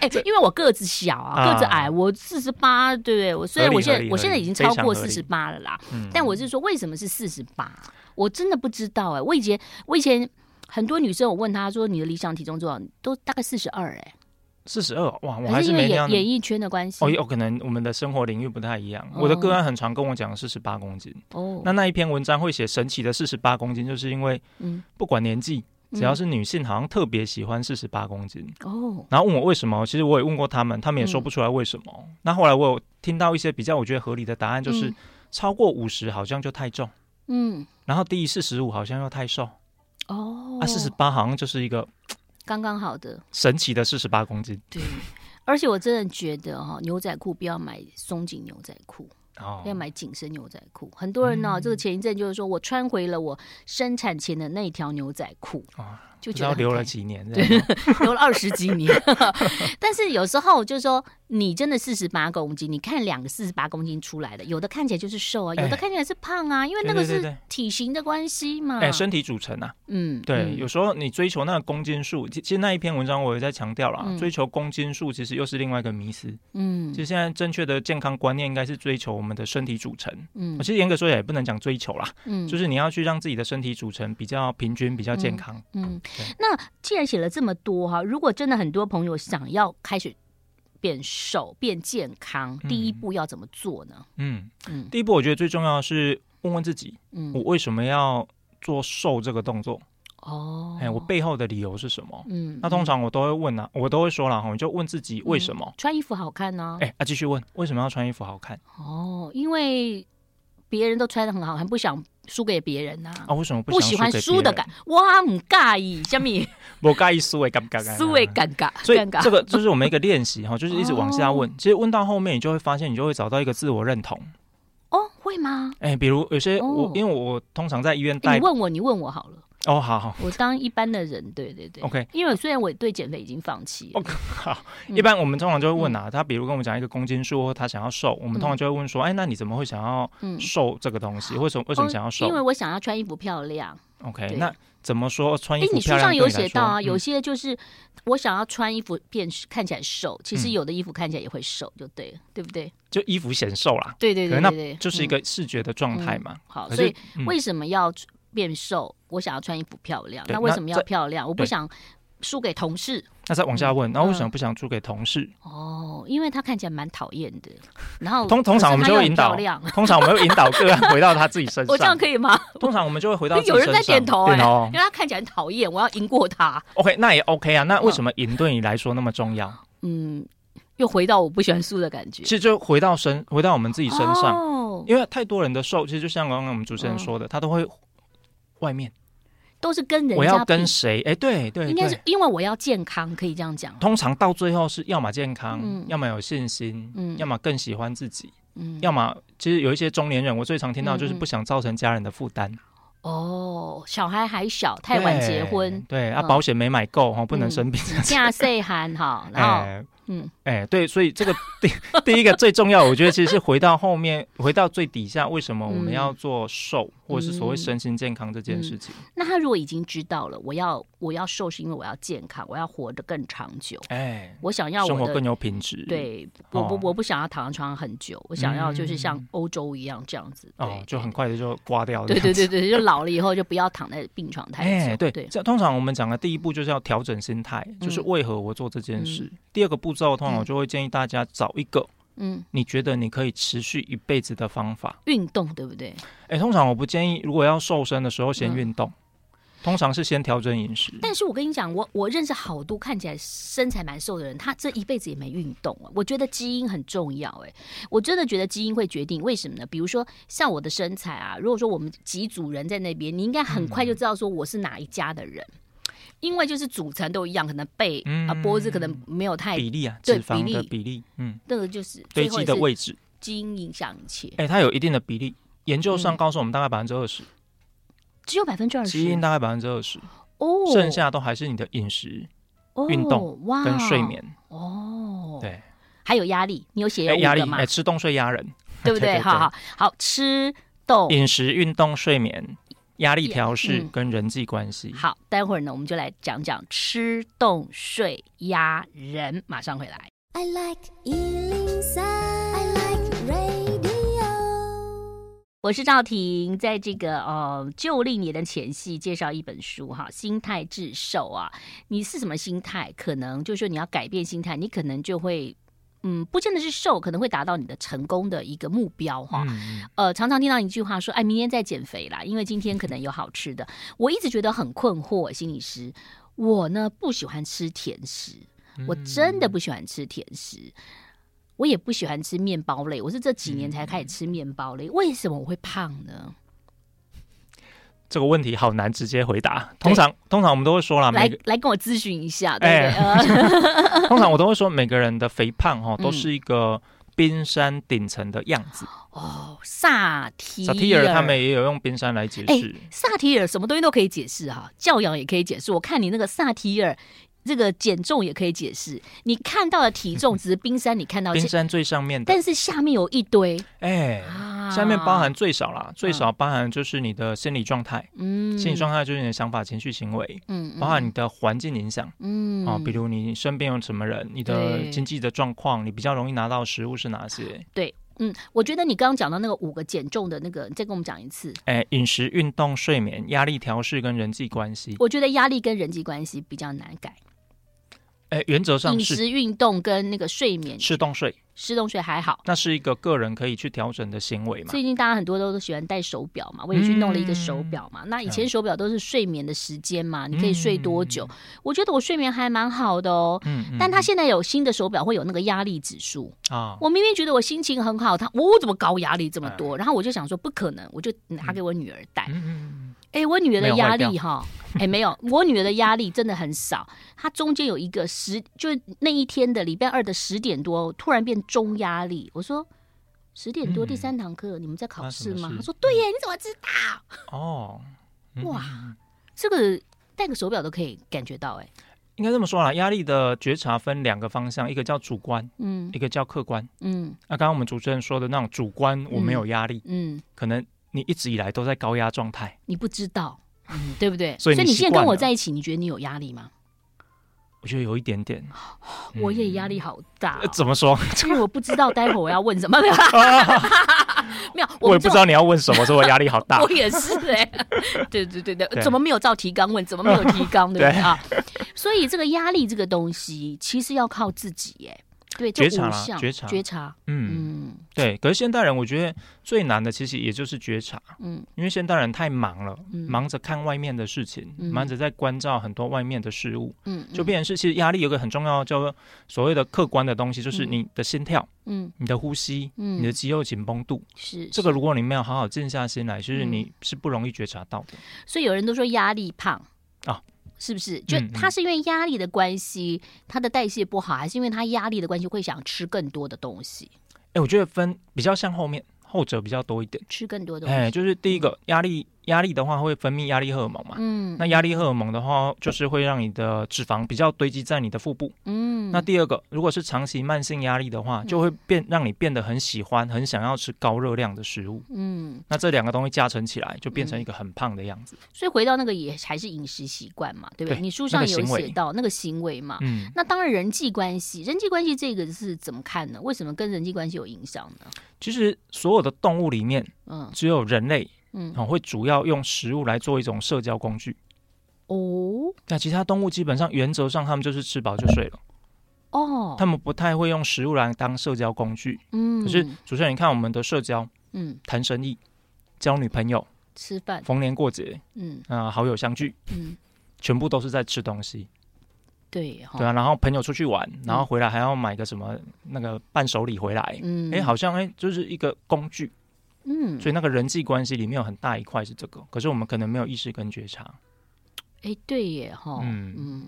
[SPEAKER 1] 哎、因为我个子小啊，
[SPEAKER 2] 啊
[SPEAKER 1] 个子矮，我四十八，对不对？我虽然
[SPEAKER 2] 合理
[SPEAKER 1] 我现
[SPEAKER 2] 合
[SPEAKER 1] 在
[SPEAKER 2] 理
[SPEAKER 1] 我现在
[SPEAKER 2] 合理
[SPEAKER 1] 已经超过
[SPEAKER 2] 非常合
[SPEAKER 1] 四
[SPEAKER 2] 理
[SPEAKER 1] 十八了啦，
[SPEAKER 2] 嗯
[SPEAKER 1] 但我是说为什么是四十八？我真的不知道哎、我以前我以前很多女生，我问她说你的理想体重多少，都大概四十二哎，
[SPEAKER 2] 四十二？哇，我
[SPEAKER 1] 可
[SPEAKER 2] 还
[SPEAKER 1] 是因
[SPEAKER 2] 没
[SPEAKER 1] 为
[SPEAKER 2] 那
[SPEAKER 1] 演
[SPEAKER 2] 样
[SPEAKER 1] 演艺圈的关系
[SPEAKER 2] 哦，有可能我们的生活领域不太一样。
[SPEAKER 1] 哦
[SPEAKER 2] 我的个案很常跟我讲四十八公斤，
[SPEAKER 1] 哦，
[SPEAKER 2] 那那一篇文章会写神奇的四十八公斤，就是因为
[SPEAKER 1] 嗯
[SPEAKER 2] 不管年纪，只要
[SPEAKER 1] 嗯
[SPEAKER 2] 是女性，好像特别喜欢四十八公斤。
[SPEAKER 1] 哦
[SPEAKER 2] 然后问我为什么，其实我也问过他们，他们也说
[SPEAKER 1] 嗯
[SPEAKER 2] 不出来为什么。那后来我有听到一些比较我觉得合理的答案，就是、
[SPEAKER 1] 嗯
[SPEAKER 2] 超过五十好像就太重，
[SPEAKER 1] 嗯
[SPEAKER 2] 然后低于四十五好像又太瘦，
[SPEAKER 1] 哦，
[SPEAKER 2] 啊，四十八好像就是一个
[SPEAKER 1] 刚刚好的。
[SPEAKER 2] 神奇的四十八公斤 *laughs*
[SPEAKER 1] 对，而且我真的觉得哈、牛仔裤不要买松紧牛仔裤，
[SPEAKER 2] 哦嗯
[SPEAKER 1] 要买紧身牛仔裤。很多人呢、这个前一阵就是说我穿回了我生产前的那一条牛仔裤，
[SPEAKER 2] 啊，
[SPEAKER 1] 就
[SPEAKER 2] 不知
[SPEAKER 1] 觉
[SPEAKER 2] 道
[SPEAKER 1] 得
[SPEAKER 2] 留
[SPEAKER 1] 很
[SPEAKER 2] 了
[SPEAKER 1] 开
[SPEAKER 2] 几年这样。
[SPEAKER 1] 留了二十几年。 *laughs* 但是有时候就是说，你真的四十八公斤，你看两个四十八公斤出来的，有的看起来就是瘦啊，
[SPEAKER 2] 哎
[SPEAKER 1] 有的看起来是胖啊，因为那个
[SPEAKER 2] 对对对
[SPEAKER 1] 是
[SPEAKER 2] 对
[SPEAKER 1] 体型的关系嘛。
[SPEAKER 2] 哎，身体组成啊，
[SPEAKER 1] 嗯，
[SPEAKER 2] 对，
[SPEAKER 1] 嗯
[SPEAKER 2] 有时候你追求那个公斤数，其其实那一篇文章我也在强调啦
[SPEAKER 1] 嗯，
[SPEAKER 2] 追求公斤数其实又是另外一个迷思。
[SPEAKER 1] 嗯
[SPEAKER 2] 其实现在正确的健康观念应该是追求我们的身体组成。
[SPEAKER 1] 嗯
[SPEAKER 2] 其实严格说起来也不能讲追求啦，
[SPEAKER 1] 嗯
[SPEAKER 2] 就是你要去让自己的身体组成比较平均、比较健康。
[SPEAKER 1] 嗯
[SPEAKER 2] 对。
[SPEAKER 1] 那既然写了这么多哈，如果真的很多朋友想要开始变瘦、变健康，
[SPEAKER 2] 嗯
[SPEAKER 1] 第一步要怎么做呢？
[SPEAKER 2] 嗯，
[SPEAKER 1] 嗯
[SPEAKER 2] 第一步我觉得最重要的是问问自己，
[SPEAKER 1] 嗯，
[SPEAKER 2] 我为什么要做瘦这个动作？
[SPEAKER 1] 哦，
[SPEAKER 2] 哎，我背后的理由是什么？
[SPEAKER 1] 嗯，
[SPEAKER 2] 那通常我都会问啊，我都会说了哈，你就问自己为什么
[SPEAKER 1] 嗯？穿衣服好看呢、
[SPEAKER 2] 哎、啊，继续问为什么要穿衣服好看
[SPEAKER 1] 哦，因为别人都穿的很好看，不想输给别人呐、
[SPEAKER 2] 啊？为什么不
[SPEAKER 1] 不
[SPEAKER 2] 想
[SPEAKER 1] 喜欢
[SPEAKER 2] 输给
[SPEAKER 1] 输的
[SPEAKER 2] 别
[SPEAKER 1] 感，，
[SPEAKER 2] 人
[SPEAKER 1] 我唔介意，什么
[SPEAKER 2] 我介意输的尴尬，
[SPEAKER 1] 输的。尴尬，
[SPEAKER 2] 所以
[SPEAKER 1] 尴尬，
[SPEAKER 2] 这个就是我们一个练习哈，就是一直往下问。其实问到后面，你就会发现，你就会找到一个自我认同。
[SPEAKER 1] 哦，会吗？
[SPEAKER 2] 哎、比如有些我，
[SPEAKER 1] 哦
[SPEAKER 2] 因为我通常在医院
[SPEAKER 1] 哎
[SPEAKER 2] 带
[SPEAKER 1] 你问我，你问我好了，
[SPEAKER 2] 哦，好好
[SPEAKER 1] 我当一般的人，对对对
[SPEAKER 2] ，OK，
[SPEAKER 1] 因为虽然我对减肥已经放弃了，
[SPEAKER 2] 哦 *laughs* 好。
[SPEAKER 1] 嗯
[SPEAKER 2] 一般我们通常就会问啊，他比如跟我们讲一个公斤数，或他想要瘦，我们
[SPEAKER 1] 嗯
[SPEAKER 2] 通常就会问说，哎，那你怎么会想要
[SPEAKER 1] 嗯，
[SPEAKER 2] 瘦这个东西？为什么为什么
[SPEAKER 1] 哦
[SPEAKER 2] 想要瘦
[SPEAKER 1] 因为我想要穿衣服漂亮。
[SPEAKER 2] ？OK，
[SPEAKER 1] 对
[SPEAKER 2] 那怎么说穿衣
[SPEAKER 1] 哎，
[SPEAKER 2] 服
[SPEAKER 1] 你书
[SPEAKER 2] 漂亮
[SPEAKER 1] 上有
[SPEAKER 2] 对你来
[SPEAKER 1] 写到啊，
[SPEAKER 2] 说
[SPEAKER 1] 有
[SPEAKER 2] 嗯
[SPEAKER 1] 些就是我想要穿衣服变看起来瘦，其实
[SPEAKER 2] 嗯
[SPEAKER 1] 有的衣服看起来也会瘦，就对了，对不对？
[SPEAKER 2] 就衣服显瘦啦，
[SPEAKER 1] 对对
[SPEAKER 2] 可
[SPEAKER 1] 对
[SPEAKER 2] 能那
[SPEAKER 1] 对对，
[SPEAKER 2] 就是一
[SPEAKER 1] 嗯
[SPEAKER 2] 个视觉的状态嘛。
[SPEAKER 1] 好，
[SPEAKER 2] 可
[SPEAKER 1] 所
[SPEAKER 2] 是
[SPEAKER 1] 以
[SPEAKER 2] 嗯
[SPEAKER 1] 为什么要穿变瘦？我想要穿衣服漂亮，
[SPEAKER 2] 对
[SPEAKER 1] 那为
[SPEAKER 2] 那
[SPEAKER 1] 什么要
[SPEAKER 2] 这
[SPEAKER 1] 漂亮？我不
[SPEAKER 2] 对
[SPEAKER 1] 想输给同事
[SPEAKER 2] 那再往下问，然后为
[SPEAKER 1] 嗯
[SPEAKER 2] 什么不想租给同事？
[SPEAKER 1] 哦，因为他看起来蛮讨厌的。然后
[SPEAKER 2] 通通常我们
[SPEAKER 1] 可是他
[SPEAKER 2] 就会
[SPEAKER 1] 又很
[SPEAKER 2] 引导
[SPEAKER 1] 漂
[SPEAKER 2] *laughs*
[SPEAKER 1] 亮，
[SPEAKER 2] 通常我们会引导个案回到他自己身
[SPEAKER 1] *laughs* 我这样
[SPEAKER 2] 上。
[SPEAKER 1] 可以吗？
[SPEAKER 2] 通常我们就会回到自己
[SPEAKER 1] 有人在
[SPEAKER 2] 身上
[SPEAKER 1] 点头哎
[SPEAKER 2] 点头
[SPEAKER 1] 因为他看起来很讨厌，我要赢过他。
[SPEAKER 2] OK，那也 OK 啊。那为什么赢对你来说那么重要？
[SPEAKER 1] 嗯，又回到我不喜欢输的感觉
[SPEAKER 2] 其。实就回到身，回到我们自己身上，
[SPEAKER 1] 哦，嗯
[SPEAKER 2] 因为太多人的瘦，其实就像刚刚我们主持人说的，他都会外面
[SPEAKER 1] 都是跟人家
[SPEAKER 2] 我要跟
[SPEAKER 1] 比
[SPEAKER 2] 谁？哎，对对
[SPEAKER 1] 应该是
[SPEAKER 2] 对，
[SPEAKER 1] 因为我要健康，可以这样讲。
[SPEAKER 2] 通常到最后是要么健康
[SPEAKER 1] 嗯，
[SPEAKER 2] 要么有信心，
[SPEAKER 1] 嗯
[SPEAKER 2] 要么更喜欢自己，
[SPEAKER 1] 嗯，
[SPEAKER 2] 要么其实有一些中年人，我最常听到就是
[SPEAKER 1] 嗯嗯
[SPEAKER 2] 不想造成家人的负担。
[SPEAKER 1] 哦，小孩还小，太晚结婚，
[SPEAKER 2] 对，对啊，
[SPEAKER 1] 嗯
[SPEAKER 2] 保险没买够哈，不能
[SPEAKER 1] 嗯
[SPEAKER 2] 生病。
[SPEAKER 1] 嫁岁寒
[SPEAKER 2] *laughs*
[SPEAKER 1] 哈，然后
[SPEAKER 2] 哎
[SPEAKER 1] 嗯
[SPEAKER 2] 哎，对，所以这个第第一个最重要，我觉得其实是回到后面，回到最底下，为什么我们
[SPEAKER 1] 嗯
[SPEAKER 2] 要做瘦，或者是所谓
[SPEAKER 1] 嗯
[SPEAKER 2] 身心健康这件事情？
[SPEAKER 1] 那他如果已经知道了，我要我要瘦是因为我要健康，我要活得更长久，
[SPEAKER 2] 哎，
[SPEAKER 1] 我想要
[SPEAKER 2] 生
[SPEAKER 1] 我
[SPEAKER 2] 活
[SPEAKER 1] 的
[SPEAKER 2] 更有品质。，
[SPEAKER 1] 对，我不
[SPEAKER 2] 哦嗯
[SPEAKER 1] 我不想要躺在床上很久，我想要就是像欧洲一样这样子，对
[SPEAKER 2] 哦，就很快的就挂掉。
[SPEAKER 1] 对对。对对，就老了以后就不要躺在病床太
[SPEAKER 2] *laughs* 哎，
[SPEAKER 1] 久，
[SPEAKER 2] 对，
[SPEAKER 1] 对，嗯
[SPEAKER 2] 这通常我们讲的第一步就是要调整心态，就是为何我做这件事。第二个步骤，通常我就会建议大家找一个
[SPEAKER 1] 嗯，
[SPEAKER 2] 你觉得你可以持续一辈子的方法。
[SPEAKER 1] 运动对不对？
[SPEAKER 2] 哎、通常我不建议，如果要瘦身的时候先
[SPEAKER 1] 嗯
[SPEAKER 2] 运动，通常是先调整饮食。
[SPEAKER 1] 但是我跟你讲，我我认识好多看起来身材蛮瘦的人，他这一辈子也没运动啊。我觉得基因很重要、哎，我真的觉得基因会决定为什么呢？比如说像我的身材啊，如果说我们几组人在那边，你应该很快就知道说我是哪一家的人，因为就是组成都一样，可能背啊、
[SPEAKER 2] 嗯
[SPEAKER 1] 脖子可能没有太
[SPEAKER 2] 比例啊，
[SPEAKER 1] 哎对
[SPEAKER 2] 脂肪的
[SPEAKER 1] 比例
[SPEAKER 2] 比例，嗯，
[SPEAKER 1] 那个就是
[SPEAKER 2] 堆
[SPEAKER 1] 最后
[SPEAKER 2] 积
[SPEAKER 1] 也
[SPEAKER 2] 的
[SPEAKER 1] 是
[SPEAKER 2] 位置，
[SPEAKER 1] 基因影响一切，
[SPEAKER 2] 哎、它有一定的比例。研究上
[SPEAKER 1] 嗯
[SPEAKER 2] 告诉我们，大概百分之二十，
[SPEAKER 1] 只有百分之二
[SPEAKER 2] 基因
[SPEAKER 1] 十
[SPEAKER 2] 大概百分之二十，
[SPEAKER 1] 哦，
[SPEAKER 2] 剩下都还是你的饮食运动
[SPEAKER 1] 哦哇
[SPEAKER 2] 跟睡眠。
[SPEAKER 1] 哦，
[SPEAKER 2] 对，
[SPEAKER 1] 还有压力，你有写
[SPEAKER 2] 哎、
[SPEAKER 1] 有五
[SPEAKER 2] 压力，
[SPEAKER 1] 个
[SPEAKER 2] 哎、
[SPEAKER 1] 吗？
[SPEAKER 2] 吃动睡压人，
[SPEAKER 1] 对不
[SPEAKER 2] 对
[SPEAKER 1] 对？
[SPEAKER 2] 对
[SPEAKER 1] 好好好，吃动
[SPEAKER 2] 饮食、运动、睡眠、压力
[SPEAKER 1] 哦也
[SPEAKER 2] 调试
[SPEAKER 1] 嗯
[SPEAKER 2] 跟人际关系。
[SPEAKER 1] 好，待会儿呢，我们就来讲讲吃动睡压人，马上回来。
[SPEAKER 3] I like Ealing Sound. I like radio.
[SPEAKER 1] 我是赵婷，在这个呃旧历年的前夕，介绍一本书哈，《心态致瘦》啊，你是什么心态？可能就是说你要改变心态，你可能就会。嗯，不见得是瘦，可能会达到你的成功的一个目标哈。
[SPEAKER 2] 嗯，
[SPEAKER 1] 呃，常常听到一句话说，哎，明天再减肥啦，因为今天可能有好吃的。我一直觉得很困惑，心理师，我呢不喜欢吃甜食，
[SPEAKER 2] 嗯
[SPEAKER 1] 我真的不喜欢吃甜食，我也不喜欢吃面包类，我是这几年才
[SPEAKER 2] 嗯
[SPEAKER 1] 开始吃面包类，为什么我会胖呢？
[SPEAKER 2] 这个问题好难直接回答。通常，通常我们都会说啊了，每
[SPEAKER 1] 来 *laughs*
[SPEAKER 2] 个
[SPEAKER 1] 来跟我咨询一下，对不对？
[SPEAKER 2] 哎
[SPEAKER 1] 呃
[SPEAKER 2] 通常我都会说，每个人的肥胖哈、哦、都
[SPEAKER 1] 嗯
[SPEAKER 2] 是一个冰山顶层的样子。 *laughs*
[SPEAKER 1] 哦，萨提
[SPEAKER 2] 萨提尔他们也有用冰山来解
[SPEAKER 1] 哎
[SPEAKER 2] 释，，
[SPEAKER 1] 萨提尔什么东西都可以解释哈、教养也可以解释。我看你那个萨提尔，这个减重也可以解释。你看到的体重只是冰山，你看到
[SPEAKER 2] 冰
[SPEAKER 1] 是，
[SPEAKER 2] 山最上面的，
[SPEAKER 1] 但是下面有一堆
[SPEAKER 2] 哎，
[SPEAKER 1] 啊，
[SPEAKER 2] 下面包含最少啦，最少包含就是你的心理状态，
[SPEAKER 1] 嗯，
[SPEAKER 2] 心理状态就是你的想法、情绪、行为，
[SPEAKER 1] 嗯，嗯
[SPEAKER 2] 包含你的环境影响
[SPEAKER 1] 嗯
[SPEAKER 2] 啊，比如你身边有什么人，你的
[SPEAKER 1] 对
[SPEAKER 2] 经济的状况，你比较容易拿到食物是哪些？
[SPEAKER 1] 对。嗯，我觉得你刚刚讲到那个五个减重的那个，你再跟我们讲一次。
[SPEAKER 2] 哎，饮食、运动、睡眠、压力调试跟人际关系，
[SPEAKER 1] 我觉得压力跟人际关系比较难改，
[SPEAKER 2] 哎，原则上
[SPEAKER 1] 饮
[SPEAKER 2] 是
[SPEAKER 1] 食、运动跟那个睡眠、
[SPEAKER 2] 吃动睡，
[SPEAKER 1] 吃东西还好。
[SPEAKER 2] 那是一个个人可以去调整的行为嘛。
[SPEAKER 1] 最近大家很多都喜欢戴手表嘛，我也去弄了一个手表嘛。那以前
[SPEAKER 2] 嗯
[SPEAKER 1] 手表都是睡眠的时间嘛，你可以睡多久？我觉得我睡眠还蛮好的哦。
[SPEAKER 2] 嗯，嗯
[SPEAKER 1] 但它现在有新的手表，会有那个压力指数。
[SPEAKER 2] 啊，
[SPEAKER 1] 我明明觉得我心情很好，它我怎么高压力这么多？然后我就想说不可能，我就拿给我女儿戴。
[SPEAKER 2] 哎嗯嗯
[SPEAKER 1] 哎，我女儿的
[SPEAKER 2] 没有
[SPEAKER 1] 压
[SPEAKER 2] 坏掉
[SPEAKER 1] 力
[SPEAKER 2] *laughs*
[SPEAKER 1] 哈，哎没有，我女儿的压力真的很少。她中间有一个十，就是那一天的礼拜二的十点多，突然变中压力。我说十点多
[SPEAKER 2] 嗯
[SPEAKER 1] 第三堂课，你们在考
[SPEAKER 2] 发
[SPEAKER 1] 试
[SPEAKER 2] 生什
[SPEAKER 1] 吗？
[SPEAKER 2] 么事
[SPEAKER 1] 她说对耶，你怎么知道？
[SPEAKER 2] 嗯哦，嗯
[SPEAKER 1] 哇，这个戴个手表都可以感觉到哎、
[SPEAKER 2] 应该这么说啦，压力的觉察分两个方向，一个叫主观，
[SPEAKER 1] 嗯
[SPEAKER 2] 一个叫客观。
[SPEAKER 1] 嗯
[SPEAKER 2] 那刚刚我们主持人说的那种主观，我没有压力，
[SPEAKER 1] 嗯，
[SPEAKER 2] 可能你一直以来都在高压状态，
[SPEAKER 1] 你不知道，嗯，对不对？
[SPEAKER 2] 所以你
[SPEAKER 1] 你
[SPEAKER 2] 习
[SPEAKER 1] 现在跟
[SPEAKER 2] 惯
[SPEAKER 1] 我
[SPEAKER 2] 了
[SPEAKER 1] 在一起，你觉得你有压力吗？
[SPEAKER 2] 我觉得有一点点。
[SPEAKER 1] *gasps* 我也压力好大、哦
[SPEAKER 2] 呃怎么说？
[SPEAKER 1] 因为我不知道待会我要问什
[SPEAKER 2] *laughs*
[SPEAKER 1] 么，没有啦，没有，
[SPEAKER 2] 我
[SPEAKER 1] 们
[SPEAKER 2] 也不
[SPEAKER 1] 这
[SPEAKER 2] 知
[SPEAKER 1] 种
[SPEAKER 2] 道你要问什么，所以我压力好大
[SPEAKER 1] *laughs* 我。也是
[SPEAKER 2] *laughs*
[SPEAKER 1] 哎、对对对对，
[SPEAKER 2] 对
[SPEAKER 1] 怎么没有照提纲问？怎么没有提纲？对不
[SPEAKER 2] *laughs*
[SPEAKER 1] 对
[SPEAKER 2] 对
[SPEAKER 1] 啊？所以这个压力这个东西，其实要靠自己耶、对，这
[SPEAKER 2] 觉察
[SPEAKER 1] 五
[SPEAKER 2] 啦
[SPEAKER 1] 项
[SPEAKER 2] 觉察
[SPEAKER 1] 觉察，
[SPEAKER 2] 嗯，
[SPEAKER 1] 嗯
[SPEAKER 2] 对。可是现代人，我觉得最难的其实也就是觉察，
[SPEAKER 1] 嗯
[SPEAKER 2] 因为现代人太忙了，
[SPEAKER 1] 嗯
[SPEAKER 2] 忙着看外面的事情，
[SPEAKER 1] 嗯
[SPEAKER 2] 忙着在关照很多外面的事物，
[SPEAKER 1] 嗯，
[SPEAKER 2] 就变成是其实压力有个很重要的叫做所谓的客观的东西，就是
[SPEAKER 1] 嗯
[SPEAKER 2] 你的心跳、
[SPEAKER 1] 嗯
[SPEAKER 2] 你的呼吸、
[SPEAKER 1] 嗯
[SPEAKER 2] 你的肌肉紧绷度。
[SPEAKER 1] 是
[SPEAKER 2] 这
[SPEAKER 1] 是
[SPEAKER 2] 个如果你没有好好静下心来，其实
[SPEAKER 1] 嗯
[SPEAKER 2] 你是不容易觉察到的。
[SPEAKER 1] 所以有人都说压力胖
[SPEAKER 2] 啊，
[SPEAKER 1] 是不是？就
[SPEAKER 2] 嗯
[SPEAKER 1] 他是因为压力的关系，他的代谢不好，还是因为他压力的关系会想吃更多的东西，
[SPEAKER 2] 哎、我觉得分比较像后面后者比较多一点。
[SPEAKER 1] 吃更多的东
[SPEAKER 2] 哎、
[SPEAKER 1] 西？
[SPEAKER 2] 就是第一个压力，压力的话会分泌压力荷尔蒙嘛。
[SPEAKER 1] 嗯
[SPEAKER 2] 那压力荷尔蒙的话，就是会让你的脂肪比较堆积在你的腹部。
[SPEAKER 1] 嗯，
[SPEAKER 2] 那第二个，如果是长期慢性压力的话，就会变让你变得很喜欢、很想要吃高热量的食物。
[SPEAKER 1] 嗯，
[SPEAKER 2] 那这两个东西加成起来，就变成一个很胖的样子。
[SPEAKER 1] 所以回到那个也还是饮食习惯嘛，对不对？
[SPEAKER 2] 对
[SPEAKER 1] 你书
[SPEAKER 2] 那
[SPEAKER 1] 上
[SPEAKER 2] 个
[SPEAKER 1] 有
[SPEAKER 2] 行为
[SPEAKER 1] 写到那个行为嘛。
[SPEAKER 2] 嗯，
[SPEAKER 1] 那当然，人际关系，人际关系这个是怎么看呢？为什么跟人际关系有影响呢？
[SPEAKER 2] 其实所有的动物里面，
[SPEAKER 1] 嗯
[SPEAKER 2] 只有人类
[SPEAKER 1] 嗯，
[SPEAKER 2] 哦会主要用食物来做一种社交工具。
[SPEAKER 1] 哦
[SPEAKER 2] 那其他动物基本上原则上，它们就是吃饱就睡了，
[SPEAKER 1] 哦，
[SPEAKER 2] 它们不太会用食物来当社交工具。
[SPEAKER 1] 嗯，
[SPEAKER 2] 可是主持人，你看我们的社交，
[SPEAKER 1] 嗯，
[SPEAKER 2] 谈生意、交女朋友、
[SPEAKER 1] 吃饭，
[SPEAKER 2] 逢年过节
[SPEAKER 1] 嗯
[SPEAKER 2] 啊、好友相聚，
[SPEAKER 1] 嗯，
[SPEAKER 2] 全部都是在吃东西，
[SPEAKER 1] 对哈，
[SPEAKER 2] 对啊。然后朋友出去玩，然后回来还要买个什么那个伴手礼回来，哎、
[SPEAKER 1] 嗯，
[SPEAKER 2] 好，像哎、就是一个工具。
[SPEAKER 1] 嗯，
[SPEAKER 2] 所以那个人际关系里面有很大一块是这个，可是我们可能没有意识跟觉察。
[SPEAKER 1] 哎，对耶哈，
[SPEAKER 2] 嗯
[SPEAKER 1] 嗯，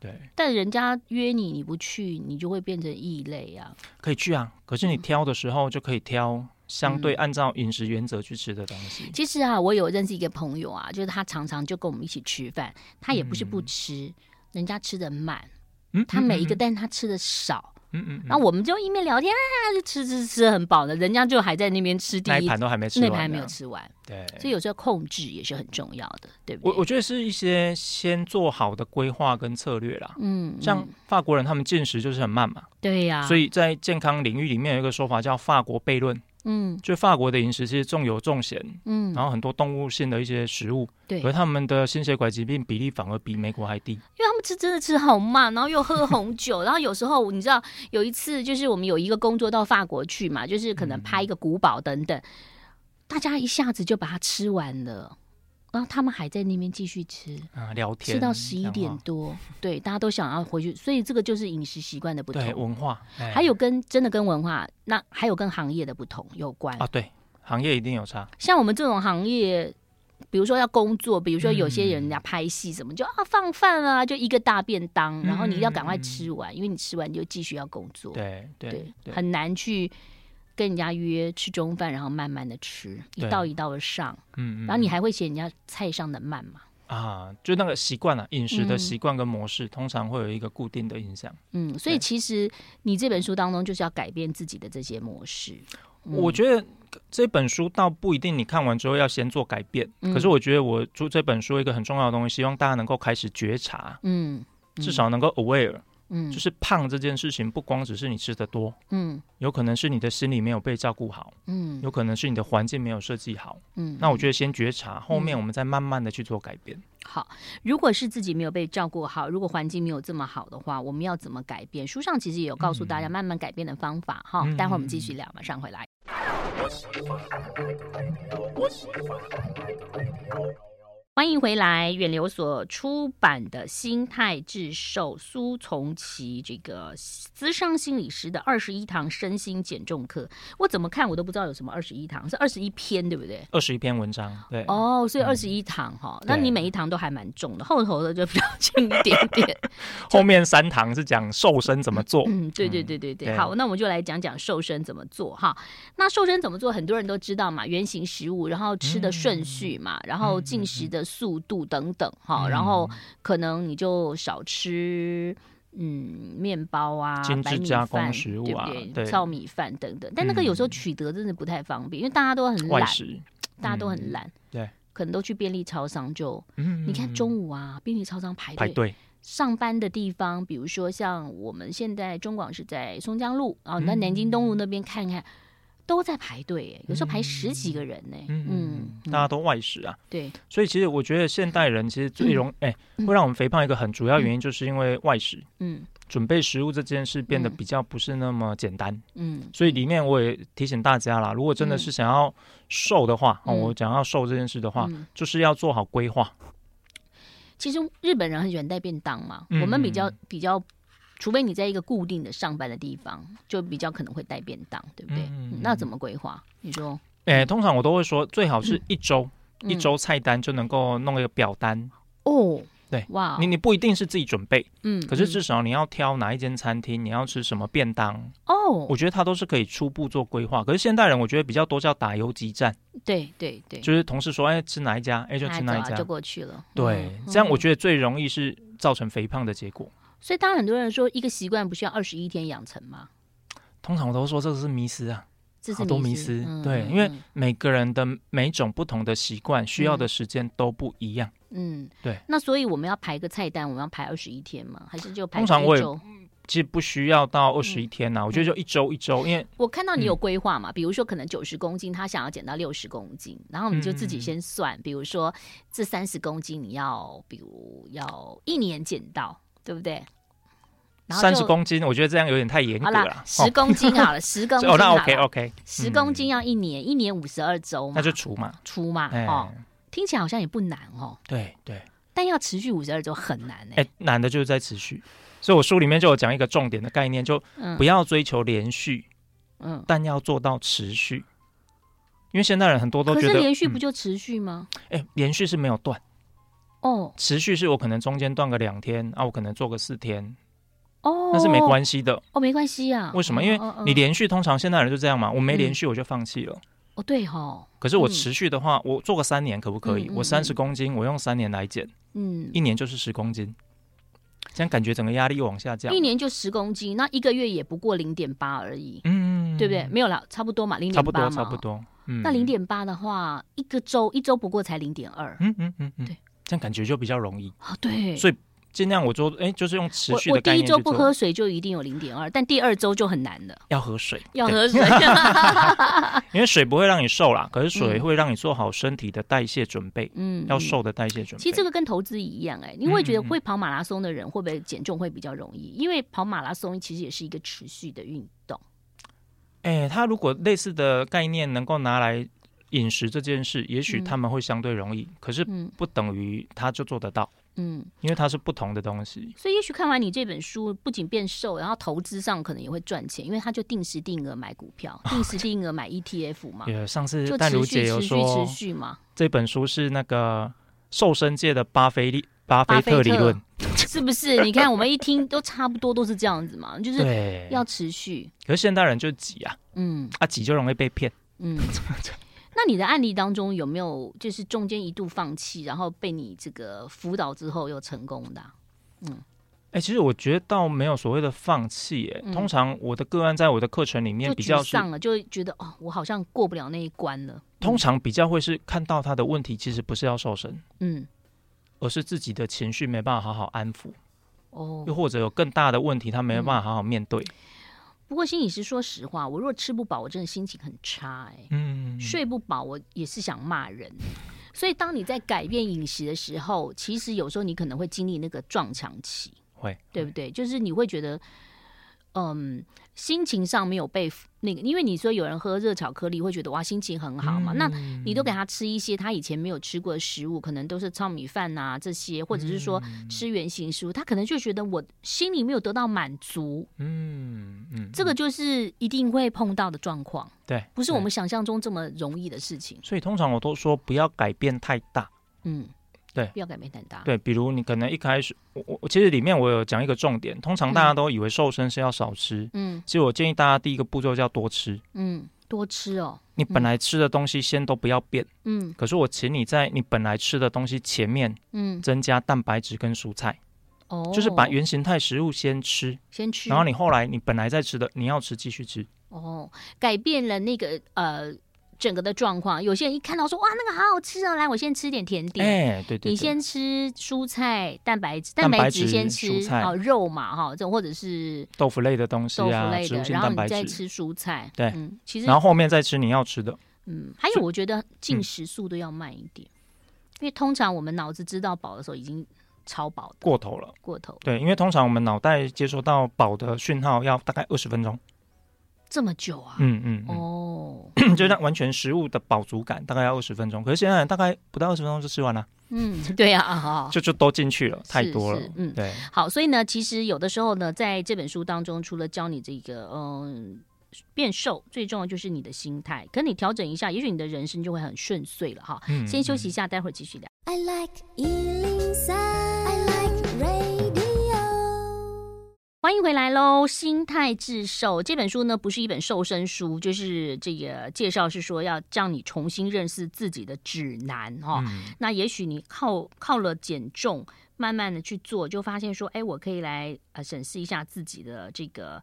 [SPEAKER 2] 对，
[SPEAKER 1] 但人家约你你不去，你就会变成异类啊。
[SPEAKER 2] 可以去啊，可是你挑的时候就可以挑相对
[SPEAKER 1] 嗯
[SPEAKER 2] 按照饮食原则去吃的东西。
[SPEAKER 1] 其实啊，我有认识一个朋友啊，就是他常常就跟我们一起吃饭，他也不是不吃，人家吃的慢，
[SPEAKER 2] 嗯，
[SPEAKER 1] 他
[SPEAKER 2] 嗯
[SPEAKER 1] 每一个，但是他吃的少，
[SPEAKER 2] 嗯嗯，
[SPEAKER 1] 然后我们就一面聊天啊，就吃吃吃很饱呢，人家就还在那边吃第
[SPEAKER 2] 那一
[SPEAKER 1] 一
[SPEAKER 2] 盘都还没吃
[SPEAKER 1] 那
[SPEAKER 2] 完，啊
[SPEAKER 1] 盘还没有。吃完，
[SPEAKER 2] 对，
[SPEAKER 1] 所以有时候控制也是很重要的，对不
[SPEAKER 2] 我
[SPEAKER 1] 对？
[SPEAKER 2] 我觉得是一些先做好的规划跟策略啦。
[SPEAKER 1] 嗯，啊
[SPEAKER 2] 像
[SPEAKER 1] 嗯
[SPEAKER 2] 法国人他们进食就是很慢嘛，
[SPEAKER 1] 对呀、
[SPEAKER 2] 所
[SPEAKER 1] 以
[SPEAKER 2] 以在健康领域里面有一个说法叫法国悖论，
[SPEAKER 1] 嗯
[SPEAKER 2] 就法国的饮食其实重油重咸，
[SPEAKER 1] 嗯，
[SPEAKER 2] 然后很多动物性的一些食物，
[SPEAKER 1] 对，因
[SPEAKER 2] 可
[SPEAKER 1] 为
[SPEAKER 2] 是他们的心血管疾病比例反而比美国还低。
[SPEAKER 1] 他们吃真的吃好慢，然后又喝红酒，然后有时候你知道有一次就是我们有一个工作到法国去嘛，就是可能
[SPEAKER 2] 嗯
[SPEAKER 1] 拍一个古堡等等，大家一下子就把它吃完了，然后他们还在那边继续吃。
[SPEAKER 2] 啊，聊天
[SPEAKER 1] 吃到十一
[SPEAKER 2] 讲
[SPEAKER 1] 点
[SPEAKER 2] 话
[SPEAKER 1] 多，对，大家都想要回去，所以这个就是饮食习惯的不
[SPEAKER 2] 对
[SPEAKER 1] 同，
[SPEAKER 2] 文化，哎
[SPEAKER 1] 还有跟真的跟文化，那
[SPEAKER 2] 哦
[SPEAKER 1] 还有跟行业的不同有关。
[SPEAKER 2] 啊，对行业一定有差，
[SPEAKER 1] 像我们这种行业，比如说要工作，比如说有些
[SPEAKER 2] 嗯
[SPEAKER 1] 人家拍戏什么，就啊放饭啊，就一个大便当，然后你要赶快
[SPEAKER 2] 嗯嗯嗯
[SPEAKER 1] 吃完，因为你吃完就继续要工作。
[SPEAKER 2] 对对对，
[SPEAKER 1] 很难去跟人家约吃中饭，然后慢慢的吃，一
[SPEAKER 2] 对
[SPEAKER 1] 道一道的上，
[SPEAKER 2] 嗯，嗯
[SPEAKER 1] 然后你
[SPEAKER 2] 嗯
[SPEAKER 1] 还会嫌人家菜上的慢嘛？
[SPEAKER 2] 啊，就那个习惯啊，饮食
[SPEAKER 1] 嗯
[SPEAKER 2] 的习惯跟模式，通常会有一个固定的印象。
[SPEAKER 1] 嗯，所以
[SPEAKER 2] 对
[SPEAKER 1] 其实你这本书当中就是要改变自己的这些模式。嗯
[SPEAKER 2] 我觉得这本书倒不一定，你看完之后要先做改变。
[SPEAKER 1] 嗯
[SPEAKER 2] 可是我觉得我出这本书一个很重要的东西，希望大家能够开始觉察，
[SPEAKER 1] 嗯，嗯
[SPEAKER 2] 至少能够 aware，、
[SPEAKER 1] 嗯
[SPEAKER 2] 就是胖这件事情不光只是你吃的多，
[SPEAKER 1] 嗯
[SPEAKER 2] 有可能是你的心理没有被照顾好，
[SPEAKER 1] 嗯
[SPEAKER 2] 有可能是你的环境没有设计好。
[SPEAKER 1] 嗯，
[SPEAKER 2] 那我觉得先觉察，后面
[SPEAKER 1] 嗯
[SPEAKER 2] 我们再慢慢的去做改变。
[SPEAKER 1] 好，如果是自己没有被照顾好，如果环境没有这么好的话，我们要怎么改变？书上其实也有告诉大家慢慢改变的方法哈。
[SPEAKER 2] 嗯
[SPEAKER 1] 待会儿我们继续聊，马上回来。欢迎回来，远流所出版的《心态致瘦》，苏从奇这个资商心理师的二十一堂身心减重课，我怎么看我都不知道有什么二十一堂，是二十一篇对不对？
[SPEAKER 2] 二十一篇文章，对，
[SPEAKER 1] 哦，所以
[SPEAKER 2] 嗯
[SPEAKER 1] 二十一堂哈，
[SPEAKER 2] 对
[SPEAKER 1] 那你每一堂都还蛮重的，后头的就比较轻一
[SPEAKER 2] *laughs*
[SPEAKER 1] 点点。
[SPEAKER 2] 后面三堂是讲瘦身怎么做。
[SPEAKER 1] 嗯，对对对对对。
[SPEAKER 2] 对
[SPEAKER 1] 好，那我们就来讲讲瘦身怎么做哈。那瘦身怎么做，很多人都知道嘛，原型食物，然后吃的顺序嘛，
[SPEAKER 2] 嗯
[SPEAKER 1] 然后进食的速度等等哈，然后可能你就少吃。嗯，面包啊，
[SPEAKER 2] 精致
[SPEAKER 1] 白米
[SPEAKER 2] 加工
[SPEAKER 1] 饭
[SPEAKER 2] 食
[SPEAKER 1] 对
[SPEAKER 2] 物啊
[SPEAKER 1] 不对？
[SPEAKER 2] 对
[SPEAKER 1] 糙米饭等等，但那个有时候
[SPEAKER 2] 嗯
[SPEAKER 1] 取得真的不太方便，因为大家都很嗯
[SPEAKER 2] 外
[SPEAKER 1] 懒，
[SPEAKER 2] 食，
[SPEAKER 1] 大家都很
[SPEAKER 2] 嗯
[SPEAKER 1] 懒，
[SPEAKER 2] 对，
[SPEAKER 1] 可能都去便利超商就
[SPEAKER 2] 嗯
[SPEAKER 1] 你看
[SPEAKER 2] 嗯
[SPEAKER 1] 中午啊，便利超商排队
[SPEAKER 2] 排队，
[SPEAKER 1] 上班的地方，比如说像我们现在中广是在松江路啊，那
[SPEAKER 2] 嗯
[SPEAKER 1] 南京东路那边看看，都在排队耶，有时候排
[SPEAKER 2] 嗯
[SPEAKER 1] 十几个人呢。嗯
[SPEAKER 2] 嗯嗯，嗯，大家都外食啊，
[SPEAKER 1] 对，
[SPEAKER 2] 所以其实我觉得现代人其实最容哎、会让我们肥胖一个很主要原因，就是因为外食。
[SPEAKER 1] 嗯
[SPEAKER 2] 准备食物这件事变得
[SPEAKER 1] 嗯
[SPEAKER 2] 比较不是那么简单，
[SPEAKER 1] 嗯
[SPEAKER 2] 所以里面我也提醒大家啦，如果真的是想要瘦的话，
[SPEAKER 1] 嗯
[SPEAKER 2] 哦，我讲要瘦这件事的话，
[SPEAKER 1] 嗯，
[SPEAKER 2] 就是要做好规划。
[SPEAKER 1] 其实日本人很喜欢带便当嘛，
[SPEAKER 2] 嗯
[SPEAKER 1] 我们比较
[SPEAKER 2] 嗯
[SPEAKER 1] 比较。除非你在一个固定的上班的地方，就比较可能会带便当，对不对？
[SPEAKER 2] 嗯嗯
[SPEAKER 1] 嗯那怎么规划？你说
[SPEAKER 2] 哎、通常我都会说，最好是一周、一
[SPEAKER 1] 嗯
[SPEAKER 2] 周菜单就能够弄一个表单。
[SPEAKER 1] 哦，
[SPEAKER 2] 对
[SPEAKER 1] 哇，
[SPEAKER 2] 你你不一定是自己准备，
[SPEAKER 1] 嗯，
[SPEAKER 2] 可是
[SPEAKER 1] 嗯
[SPEAKER 2] 至少你要挑哪一间餐厅，你要吃什么便当，
[SPEAKER 1] 哦
[SPEAKER 2] 我，觉得它都是可以初步做规划。可是现代人我觉得比较多叫打游击战，
[SPEAKER 1] 对对对，
[SPEAKER 2] 就是同事说，哎，吃哪一家，哎，就
[SPEAKER 1] 哎
[SPEAKER 2] 吃
[SPEAKER 1] 走
[SPEAKER 2] 哪一
[SPEAKER 1] 啊
[SPEAKER 2] 家
[SPEAKER 1] 就。过去了。
[SPEAKER 2] 对
[SPEAKER 1] 嗯，
[SPEAKER 2] 这样我
[SPEAKER 1] 嗯
[SPEAKER 2] 觉得最容易是造成肥胖的结果。
[SPEAKER 1] 所以，当然很多人说，一个习惯不需要二十一天养成嘛，
[SPEAKER 2] 通常我都说这是迷思啊，
[SPEAKER 1] 这是
[SPEAKER 2] 好多迷
[SPEAKER 1] 思
[SPEAKER 2] 思。
[SPEAKER 1] 嗯
[SPEAKER 2] 对，
[SPEAKER 1] 嗯
[SPEAKER 2] 因为
[SPEAKER 1] 嗯
[SPEAKER 2] 每个人的每种不同的习惯需要的时间都不一样。
[SPEAKER 1] 嗯，
[SPEAKER 2] 对。
[SPEAKER 1] 那所以我们要排个菜单，我们要排二十一天吗？还是就排
[SPEAKER 2] 通常我
[SPEAKER 1] 一
[SPEAKER 2] 也
[SPEAKER 1] 周？
[SPEAKER 2] 其实不需要
[SPEAKER 1] 嗯
[SPEAKER 2] 到二十一天啊呐、我觉得就一周一周，因为
[SPEAKER 1] 我看到你有规划
[SPEAKER 2] 嗯
[SPEAKER 1] 嘛，比如说可能九十公斤，他想要减到六十公斤，然后你就自
[SPEAKER 2] 嗯
[SPEAKER 1] 己先算，比如说这三十公斤你要，比如要一年减到，对不对？然后
[SPEAKER 2] 三十
[SPEAKER 1] 就
[SPEAKER 2] 公斤，我觉得这样有点太严格
[SPEAKER 1] 好
[SPEAKER 2] 了
[SPEAKER 1] 啦，。十公斤好了，十公
[SPEAKER 2] *laughs* 哦
[SPEAKER 1] 斤
[SPEAKER 2] 哦，那
[SPEAKER 1] 好
[SPEAKER 2] OK
[SPEAKER 1] 了，
[SPEAKER 2] OK，
[SPEAKER 1] 十
[SPEAKER 2] 嗯
[SPEAKER 1] 公斤要一年，一年五十二周嘛，
[SPEAKER 2] 那就除嘛。
[SPEAKER 1] 出嘛，
[SPEAKER 2] 哎，
[SPEAKER 1] 哦，听起来好像也不难哦。
[SPEAKER 2] 对对，
[SPEAKER 1] 但要持续五十二周很难哎、
[SPEAKER 2] 哎，难的就是在持续。所以我书里面就有讲一个重点的概念，就
[SPEAKER 1] 嗯
[SPEAKER 2] 不要追求连续，
[SPEAKER 1] 嗯，
[SPEAKER 2] 但要做到持续。因为现代人很多都
[SPEAKER 1] 可
[SPEAKER 2] 觉
[SPEAKER 1] 是
[SPEAKER 2] 得
[SPEAKER 1] 连续不
[SPEAKER 2] 嗯
[SPEAKER 1] 就持续吗？
[SPEAKER 2] 哎、连续是没有断，
[SPEAKER 1] 哦
[SPEAKER 2] 持续是我可能中间断个两天啊，我可能做个四天，
[SPEAKER 1] 哦，
[SPEAKER 2] 那是没关系的。
[SPEAKER 1] 哦，没关系啊。
[SPEAKER 2] 为什么？
[SPEAKER 1] 嗯
[SPEAKER 2] 因为
[SPEAKER 1] 嗯嗯
[SPEAKER 2] 你连续，通常现代人就这样嘛，我没连续我就放弃了。
[SPEAKER 1] 哦对哈，
[SPEAKER 2] 可是我
[SPEAKER 1] 嗯
[SPEAKER 2] 持续的话，我做个三年可不可以？
[SPEAKER 1] 嗯嗯
[SPEAKER 2] 我三十公斤，我用三年来减，
[SPEAKER 1] 嗯，
[SPEAKER 2] 一年就是十公斤，这样感觉整个压力又往下降。
[SPEAKER 1] 一年就十公斤，那一个月也不过零点八而已，
[SPEAKER 2] 嗯，
[SPEAKER 1] 对不对？？没有啦，差不多嘛，零
[SPEAKER 2] 差
[SPEAKER 1] 点
[SPEAKER 2] 不
[SPEAKER 1] 八
[SPEAKER 2] 多，
[SPEAKER 1] 嘛，
[SPEAKER 2] 差不多。嗯，
[SPEAKER 1] 那零，点八的话，一个周一周不过才零点二
[SPEAKER 2] 嗯嗯嗯嗯
[SPEAKER 1] 对，
[SPEAKER 2] 这样感觉就比较容易。
[SPEAKER 1] 啊，对。
[SPEAKER 2] 所以尽量我做，哎，就是用持
[SPEAKER 1] 我
[SPEAKER 2] 续
[SPEAKER 1] 我
[SPEAKER 2] 的
[SPEAKER 1] 第
[SPEAKER 2] 概
[SPEAKER 1] 一
[SPEAKER 2] 念
[SPEAKER 1] 周
[SPEAKER 2] 去
[SPEAKER 1] 不
[SPEAKER 2] 做
[SPEAKER 1] 喝。水就一定有零点二，但第二周就很难了，
[SPEAKER 2] 要喝水，
[SPEAKER 1] 要
[SPEAKER 2] 对
[SPEAKER 1] 喝
[SPEAKER 2] *laughs*
[SPEAKER 1] 水。
[SPEAKER 2] 因为水不会让你瘦啦，可是水
[SPEAKER 1] 嗯
[SPEAKER 2] 会让你做好身体的代谢准备，
[SPEAKER 1] 嗯，
[SPEAKER 2] 要
[SPEAKER 1] 嗯
[SPEAKER 2] 瘦的代谢准备。
[SPEAKER 1] 其实这个跟投资一样、哎，你会
[SPEAKER 2] 嗯
[SPEAKER 1] 觉得会跑马拉松的人会不会减重会比较容易？因为跑马拉松其实也是一个持续的运动。
[SPEAKER 2] 哎、它如果类似的概念能够拿来饮食这件事，也许
[SPEAKER 1] 嗯
[SPEAKER 2] 他们会相对容易，可是
[SPEAKER 1] 嗯
[SPEAKER 2] 不等于他就做得到，
[SPEAKER 1] 嗯，
[SPEAKER 2] 因为它是不同的东西。
[SPEAKER 1] 所以也许看完你这本书，不仅变瘦，然后投资上可能也会赚钱，因为他就定时定额买股票，定
[SPEAKER 2] *laughs*
[SPEAKER 1] 时定额买 ETF 嘛，
[SPEAKER 2] 也上次
[SPEAKER 1] 就
[SPEAKER 2] 淡如
[SPEAKER 1] 持
[SPEAKER 2] 姐
[SPEAKER 1] 续
[SPEAKER 2] 有
[SPEAKER 1] 持续
[SPEAKER 2] 说
[SPEAKER 1] 持，续嘛，
[SPEAKER 2] 这本书是那个瘦身界的巴菲利巴
[SPEAKER 1] 巴
[SPEAKER 2] 菲
[SPEAKER 1] 菲
[SPEAKER 2] 特理
[SPEAKER 1] 特
[SPEAKER 2] 论，
[SPEAKER 1] 是不是？你看我们一听都差不多都是这样子嘛，就是
[SPEAKER 2] 对。
[SPEAKER 1] 要持续，
[SPEAKER 2] 可是现代人就急啊，
[SPEAKER 1] 嗯
[SPEAKER 2] 啊急就容易被骗。 *laughs*
[SPEAKER 1] 嗯。 *laughs* 那你的案例当中有没有就是中间一度放弃，然后被你这个辅导之后又成功的啊、
[SPEAKER 2] 哎、其实我觉得倒没有所谓的放弃、哎、
[SPEAKER 1] 嗯
[SPEAKER 2] 通常我的个案在我的课程里面
[SPEAKER 1] 就
[SPEAKER 2] 比较
[SPEAKER 1] 沮
[SPEAKER 2] 是，
[SPEAKER 1] 丧了，就会觉得哦，我好像过不了那一关了。
[SPEAKER 2] 通常比较会是看到他的问题其实不是要瘦身，
[SPEAKER 1] 嗯，
[SPEAKER 2] 而是自己的情绪没办法好好安抚，
[SPEAKER 1] 哦嗯
[SPEAKER 2] 又，或者有更大的问题他没有办法好好面对。
[SPEAKER 1] 不过心理师说实话，我如果吃不饱，我真的心情很差哎、
[SPEAKER 2] 嗯，
[SPEAKER 1] 睡不饱，我也是想骂人。所以，当你在改变饮食的时候，其实有时候你可能会经历那个撞墙期，
[SPEAKER 2] 会
[SPEAKER 1] 对不对？就是你会觉得，嗯，心情上没有被那个，因为你说有人喝热巧克力会觉得哇心情很好嘛，
[SPEAKER 2] 嗯
[SPEAKER 1] 那你都给他吃一些他以前没有吃过的食物，可能都是糙米饭呐、这些，或者是说
[SPEAKER 2] 嗯
[SPEAKER 1] 吃原形食物，他可能就觉得我心里没有得到满足，
[SPEAKER 2] 嗯嗯，
[SPEAKER 1] 这个就是一定会碰到的状况，
[SPEAKER 2] 对，
[SPEAKER 1] 不是
[SPEAKER 2] 对
[SPEAKER 1] 我们。想象中这么容易的事情。
[SPEAKER 2] 所以通常我都说不要改变太大。
[SPEAKER 1] 嗯，
[SPEAKER 2] 对
[SPEAKER 1] 不要改变太大。，
[SPEAKER 2] 对，比如你可能一开始，我我我其实里面我有讲一个重点，通常大家都以为瘦身是要少吃，
[SPEAKER 1] 嗯
[SPEAKER 2] 其实我建议大家第一个步骤叫多吃。
[SPEAKER 1] 嗯，多吃哦，
[SPEAKER 2] 你本来吃的东西先都不要变，
[SPEAKER 1] 嗯
[SPEAKER 2] 可是我请你在你本来吃的东西前面
[SPEAKER 1] 嗯，
[SPEAKER 2] 增加蛋白质跟蔬菜，
[SPEAKER 1] 哦，
[SPEAKER 2] 就是把原形态食物先吃，
[SPEAKER 1] 先吃，
[SPEAKER 2] 然后你后来你本来在吃的你要吃继续吃，
[SPEAKER 1] 哦，改变了那个呃整个的状况。有些人一看到说哇那个好好吃哦，来我先吃点甜点。
[SPEAKER 2] 哎，对对对，
[SPEAKER 1] 你先吃蔬菜、蛋白质，
[SPEAKER 2] 蛋白
[SPEAKER 1] 白质
[SPEAKER 2] 质
[SPEAKER 1] 先吃
[SPEAKER 2] 蔬菜
[SPEAKER 1] 哦，肉嘛哈，这种或者是
[SPEAKER 2] 豆腐类的东西
[SPEAKER 1] 豆腐
[SPEAKER 2] 啊，
[SPEAKER 1] 类
[SPEAKER 2] 植
[SPEAKER 1] 的，
[SPEAKER 2] 物性
[SPEAKER 1] 然后
[SPEAKER 2] 蛋
[SPEAKER 1] 你
[SPEAKER 2] 白
[SPEAKER 1] 再
[SPEAKER 2] 质，
[SPEAKER 1] 吃蔬菜。
[SPEAKER 2] 对
[SPEAKER 1] 嗯，其实
[SPEAKER 2] 然后后面再吃你要吃的，
[SPEAKER 1] 嗯，还有我觉得
[SPEAKER 2] 嗯
[SPEAKER 1] 进食速度要慢一点，因为通常我们脑子知道饱的时候已经超饱的
[SPEAKER 2] 过头了。
[SPEAKER 1] 过头
[SPEAKER 2] 对，因为通常我们脑袋接收到饱的讯号要大概二十分钟，
[SPEAKER 1] 这么久啊，
[SPEAKER 2] 嗯嗯，嗯
[SPEAKER 1] 哦，
[SPEAKER 2] *clears throat* 就让完全食物的饱足感大概要二十分钟，可是现在大概不到二十分钟就吃完了，
[SPEAKER 1] 嗯， *laughs* 对啊，啊，
[SPEAKER 2] *laughs* 就就都进去了，太
[SPEAKER 1] 是
[SPEAKER 2] 多了
[SPEAKER 1] 是，嗯
[SPEAKER 2] 对，
[SPEAKER 1] 好，所以呢，其实有的时候呢，在这本书当中，除了教你这个嗯变瘦，最重要就是你的心态，可你调整一下，也许你的人生就会很顺遂了哈。
[SPEAKER 2] 嗯
[SPEAKER 1] 先休息一下，待会儿继续聊。
[SPEAKER 3] I like Ealing Sound. I like radio.
[SPEAKER 1] 欢迎回来喽！《心态致瘦》这本书呢，不是一本瘦身书，就是这个介绍是说要让你重新认识自己的指南哈、
[SPEAKER 2] 嗯
[SPEAKER 1] 那也许你靠靠了减重，慢慢的去做，就发现说，哎，我可以来呃审视一下自己的这个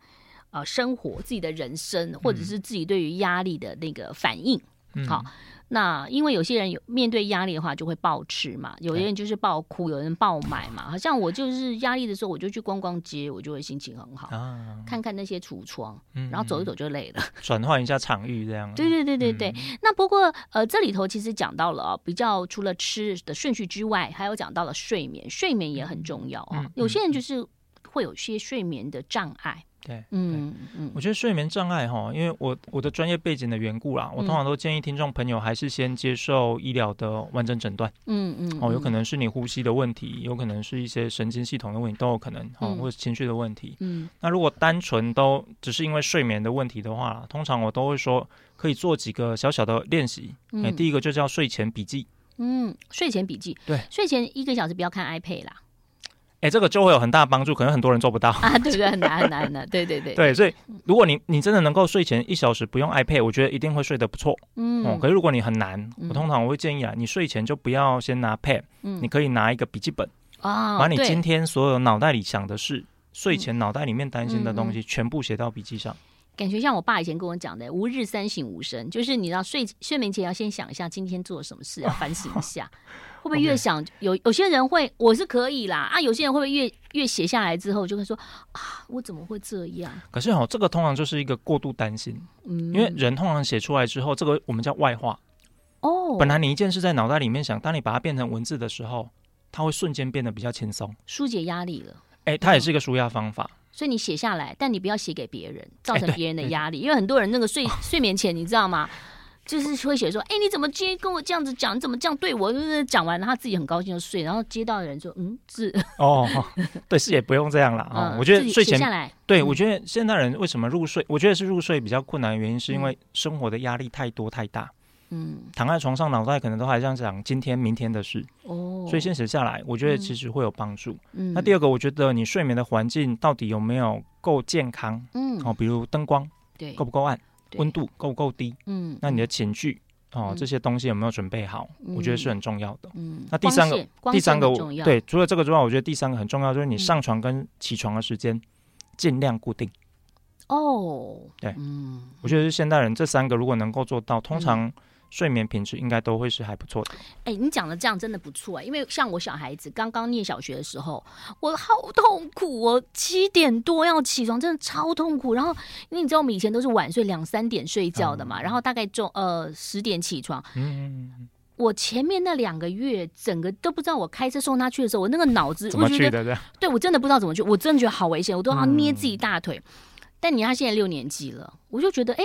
[SPEAKER 1] 呃生活、自己的人生，或者是自己对于压力的那个反应。
[SPEAKER 2] 嗯
[SPEAKER 1] 好，那因为有些人有面对压力的话，就会暴吃嘛，有些人就是暴哭，有人暴买嘛。好像我就是压力的时候，我就去逛逛街，我就会心情很好，
[SPEAKER 2] 啊，
[SPEAKER 1] 看看那些橱窗，
[SPEAKER 2] 嗯
[SPEAKER 1] 然后走一，走就累了。
[SPEAKER 2] 转换一下场域这样。
[SPEAKER 1] 对对对对对。
[SPEAKER 2] 嗯
[SPEAKER 1] 那不过呃，这里头其实讲到了啊、比较除了吃的顺序之外，还有讲到了睡眠，睡眠也很重要啊、
[SPEAKER 2] 嗯嗯
[SPEAKER 1] 有些人就是会有些睡眠的障碍，
[SPEAKER 2] 对，
[SPEAKER 1] 嗯嗯
[SPEAKER 2] 我觉得睡眠障碍哈，因为我我的专业背景的缘故啦，
[SPEAKER 1] 嗯
[SPEAKER 2] 我通常都建议听众朋友还是先接受医疗的完整诊断
[SPEAKER 1] 嗯嗯，
[SPEAKER 2] 哦，有可
[SPEAKER 1] 能，
[SPEAKER 2] 能是你呼吸的问题，有可能是一些神经系统的问题都有可能哦
[SPEAKER 1] 嗯，
[SPEAKER 2] 或者情绪的问题。
[SPEAKER 1] 嗯
[SPEAKER 2] 那如果单纯都只是因为睡眠的问题的话啦，通常我都会说可以做几个小小的练习。
[SPEAKER 1] 嗯
[SPEAKER 2] 哎，第一个就叫睡前笔记，
[SPEAKER 1] 嗯，睡前笔记，
[SPEAKER 2] 对，
[SPEAKER 1] 睡前一个小时不要看 iPad 啦， *laughs*
[SPEAKER 2] 哎，这个就会有很大帮助，可能很多人做不到。
[SPEAKER 1] 啊，对不对？很难很难很难，对对 *laughs* 对，
[SPEAKER 2] 对，所以如果你你真的能够睡前一小时不用 iPad，我觉得一定会睡得不错哦
[SPEAKER 1] 嗯。
[SPEAKER 2] 可是如果你很难，
[SPEAKER 1] 嗯
[SPEAKER 2] 我通常我会建议啊，你睡前就不要先拿 pad，
[SPEAKER 1] 嗯
[SPEAKER 2] 你可以拿一个笔记本，
[SPEAKER 1] 啊，
[SPEAKER 2] 把你
[SPEAKER 1] 对嗯
[SPEAKER 2] 今天所有脑袋里想的事，睡前脑袋里面担心的东西全部写到笔记上。
[SPEAKER 1] 感觉像我爸以前跟我讲的“吾日三省吾身”，就是你知道睡睡眠前要先想一下今天做了什么事，要反省一
[SPEAKER 2] *laughs*
[SPEAKER 1] 下，会不会越
[SPEAKER 2] OK
[SPEAKER 1] 想有有些人会我是可以啦啊，有些人会不会越越写下来之后就会说啊，我怎么会这样？
[SPEAKER 2] 可是哦，这个通常就是一个过度担心，
[SPEAKER 1] 嗯，
[SPEAKER 2] 因为人通常写出来之后，这个我们叫外化。
[SPEAKER 1] 哦，
[SPEAKER 2] 本来你一件事在脑袋里面想，当你把它变成文字的时候，它会瞬间变得比较轻松。
[SPEAKER 1] 疏解压力了。
[SPEAKER 2] 哎，它也是一个舒压
[SPEAKER 1] *laughs*
[SPEAKER 2] 方法。
[SPEAKER 1] 所以你写下来，但你不要写给别人，造
[SPEAKER 2] 哎
[SPEAKER 1] 成
[SPEAKER 2] 对
[SPEAKER 1] 别人的
[SPEAKER 2] *laughs* 对
[SPEAKER 1] 压力。因为很多人那个睡睡眠前，你知道吗？就是会写说，哎、你怎么今天跟我这样子讲？你怎么这样对我？就是讲完了，他自己很高兴就睡，然后接到的人说，嗯，是，
[SPEAKER 2] 哦，对，是也不用这样啦啊、
[SPEAKER 1] 嗯，
[SPEAKER 2] 我觉
[SPEAKER 1] 自
[SPEAKER 2] 得
[SPEAKER 1] 己
[SPEAKER 2] 睡
[SPEAKER 1] 写
[SPEAKER 2] 前
[SPEAKER 1] 下来，
[SPEAKER 2] 对，
[SPEAKER 1] 嗯
[SPEAKER 2] 我觉得现代人为什么入睡？我觉得是入睡比较困难的原因，是因为生活的压力太多太大，
[SPEAKER 1] 嗯，
[SPEAKER 2] 躺在床上脑袋可能都还在想今天、明天的事，
[SPEAKER 1] 哦，
[SPEAKER 2] 所以先写下来，我觉得
[SPEAKER 1] 嗯
[SPEAKER 2] 其实会有帮助。
[SPEAKER 1] 嗯，
[SPEAKER 2] 那第二个，我觉得你睡眠的环境到底有没有够健康？
[SPEAKER 1] 嗯，
[SPEAKER 2] 哦，比如灯光
[SPEAKER 1] 对，
[SPEAKER 2] 够不够暗，
[SPEAKER 1] 对
[SPEAKER 2] 温度够不够低，
[SPEAKER 1] 嗯，
[SPEAKER 2] 那你的寝具哦
[SPEAKER 1] 嗯
[SPEAKER 2] 这些东西有没有准备好？我觉得是很重要的。
[SPEAKER 1] 嗯，
[SPEAKER 2] 那第三个
[SPEAKER 1] 光线，光
[SPEAKER 2] 第
[SPEAKER 1] 线
[SPEAKER 2] 三个
[SPEAKER 1] 很
[SPEAKER 2] 我
[SPEAKER 1] 重要，，
[SPEAKER 2] 对，除了这个之外，我觉得第三个很重要，就是你
[SPEAKER 1] 嗯
[SPEAKER 2] 上床跟起床的时间尽量固定。
[SPEAKER 1] 哦，
[SPEAKER 2] 对
[SPEAKER 1] 嗯，
[SPEAKER 2] 我觉得是现代人这三个如果能够做到，通常睡眠品质应该都会是还不错的。
[SPEAKER 1] 哎、你讲的这样真的不错、啊因为像我小孩子刚刚念小学的时候，我好痛苦哦，七点多要起床，真的超痛苦。然后，因为你知道我们以前都是晚睡，两三点睡觉的嘛，然后大概中呃十点起床。
[SPEAKER 2] 嗯，
[SPEAKER 1] 我前面那两个月，整个都不知道我开车送他去的时候，我那个脑子
[SPEAKER 2] 怎
[SPEAKER 1] 我
[SPEAKER 2] 么
[SPEAKER 1] 就
[SPEAKER 2] 去
[SPEAKER 1] 觉得，
[SPEAKER 2] 的这样？
[SPEAKER 1] 对我真的不知道怎么去，我真的觉得好危险，我都要捏
[SPEAKER 2] 嗯
[SPEAKER 1] 自己大腿。但你看他现在六年级了，我就觉得哎、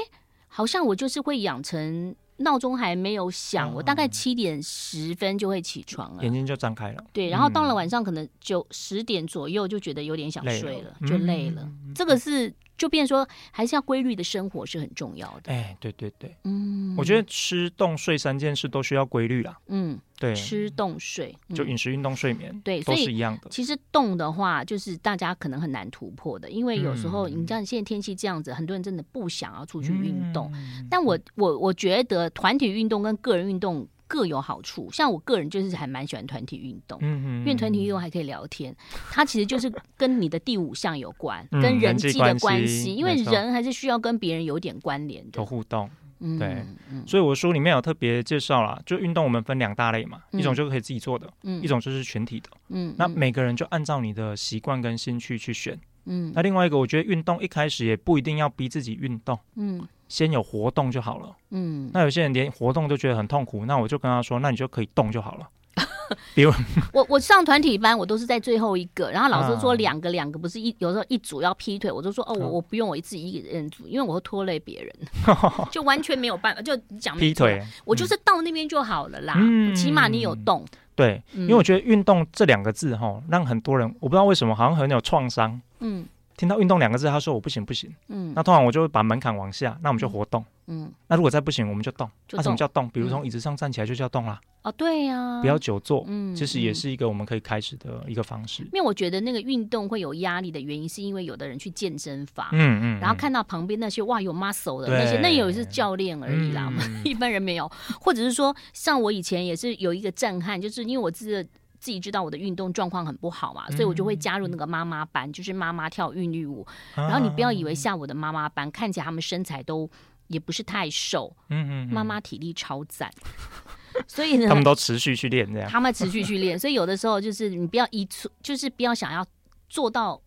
[SPEAKER 1] 好像我就是会养成。闹钟还没有响，我大
[SPEAKER 2] 嗯
[SPEAKER 1] 概七点十分就会起床了。
[SPEAKER 2] 眼睛就张开了，
[SPEAKER 1] 对，然后到了
[SPEAKER 2] 嗯
[SPEAKER 1] 晚上可能九十点左右就觉得有点想
[SPEAKER 2] 累
[SPEAKER 1] 睡了
[SPEAKER 2] 了，
[SPEAKER 1] 就累了。
[SPEAKER 2] 嗯
[SPEAKER 1] 这个是就变说还是要规律的生活是很重要的。
[SPEAKER 2] 哎，对对对，
[SPEAKER 1] 嗯，
[SPEAKER 2] 我觉得吃、动、睡三件事都需要规律啦。
[SPEAKER 1] 嗯，
[SPEAKER 2] 对，
[SPEAKER 1] 吃动睡，嗯
[SPEAKER 2] 就饮食、运动、睡眠，
[SPEAKER 1] 对所
[SPEAKER 2] 都
[SPEAKER 1] 以
[SPEAKER 2] 是一样的。
[SPEAKER 1] 其实动的话，就是大家可能很难突破的，因为有时候
[SPEAKER 2] 嗯
[SPEAKER 1] 你看现在天气这样子，很多人真的不想要出去运动。
[SPEAKER 2] 嗯
[SPEAKER 1] 但我我我觉得团体运动跟个人运动各有好处，像我个人就是还蛮喜欢团体运动。
[SPEAKER 2] 嗯
[SPEAKER 1] 因为团体运动还可以聊天，它其实就是跟你的第五项有关，
[SPEAKER 2] 嗯
[SPEAKER 1] 跟人
[SPEAKER 2] 人际
[SPEAKER 1] 际的
[SPEAKER 2] 关
[SPEAKER 1] 关
[SPEAKER 2] 系
[SPEAKER 1] 系，因为
[SPEAKER 2] 没错
[SPEAKER 1] 人还是需要跟别人有点关联
[SPEAKER 2] 有
[SPEAKER 1] 的。
[SPEAKER 2] 互动，
[SPEAKER 1] 嗯，
[SPEAKER 2] 对
[SPEAKER 1] 嗯，
[SPEAKER 2] 所以我书里面有特别介绍啦，就运动我们分两大类嘛，
[SPEAKER 1] 嗯
[SPEAKER 2] 一种就可以自己做的，
[SPEAKER 1] 嗯
[SPEAKER 2] 一种就是群体的。
[SPEAKER 1] 嗯，
[SPEAKER 2] 那
[SPEAKER 1] 嗯
[SPEAKER 2] 每个人就按照你的习惯跟兴趣去选。
[SPEAKER 1] 嗯
[SPEAKER 2] 那另外一个，我觉得运动一开始也不一定要逼自己运动，
[SPEAKER 1] 嗯
[SPEAKER 2] 先有活动就好了。
[SPEAKER 1] 嗯，
[SPEAKER 2] 那有些人连活动都觉得很痛苦，那我就跟他说，那你就可以动就好了。比如，
[SPEAKER 1] 我我上团体班，我都是在最后一个，然后老师说
[SPEAKER 2] 啊
[SPEAKER 1] 两个两个不是一，有时候一组要劈腿，我就说哦，我
[SPEAKER 2] 嗯
[SPEAKER 1] 我不用，我自己一个人组，因为我会拖累别
[SPEAKER 2] *laughs*
[SPEAKER 1] 人，就完全没有办法，就讲没
[SPEAKER 2] 劈
[SPEAKER 1] 错，
[SPEAKER 2] 腿，
[SPEAKER 1] 我就是到那边就好了啦，
[SPEAKER 2] 嗯
[SPEAKER 1] 起码你有动，
[SPEAKER 2] 对，
[SPEAKER 1] 因
[SPEAKER 2] 因为我觉得运动这两个字哈，让很多人我不知道为什么好像很有创伤。
[SPEAKER 1] 嗯
[SPEAKER 2] 听到运动两个字，他说我不行不行，
[SPEAKER 1] 嗯
[SPEAKER 2] 那通常我就会把门槛往下，那我们就活动。
[SPEAKER 1] 嗯
[SPEAKER 2] 那如果再不行，我们就动。
[SPEAKER 1] 就
[SPEAKER 2] 那、什
[SPEAKER 1] 动
[SPEAKER 2] 么叫动？比如
[SPEAKER 1] 嗯
[SPEAKER 2] 从椅子上站起来就叫动啦，
[SPEAKER 1] 哦，对呀，
[SPEAKER 2] 不要久坐，
[SPEAKER 1] 嗯，
[SPEAKER 2] 其实也
[SPEAKER 1] 嗯
[SPEAKER 2] 是一个我们可以开始的一个方式。
[SPEAKER 1] 因为我觉得那个运动会有压力的原因，是因为有的人去健身房，
[SPEAKER 2] 嗯嗯，
[SPEAKER 1] 然后
[SPEAKER 2] 嗯
[SPEAKER 1] 看到旁边那些哇有 muscle 的那些，
[SPEAKER 2] 对
[SPEAKER 1] 那也是教练而已啦，我们
[SPEAKER 2] 嗯
[SPEAKER 1] 一般人没有。或者是说，像我以前也是有一个震撼，就是因为我自自己知道我的运动状况很不好嘛，所以我就会加入那个妈妈班，就是妈妈跳韵律舞。 *laughs*
[SPEAKER 2] 啊
[SPEAKER 1] 然后你不要以为下午的妈妈班看起来她们身材都也不是太瘦，
[SPEAKER 2] 嗯嗯，
[SPEAKER 1] 妈妈体力超赞，所以呢， *laughs*
[SPEAKER 2] 他们都持续去练这样。
[SPEAKER 1] 他们持续去练， *laughs* 所以有的时候就是你不要一出，就是不要想要做到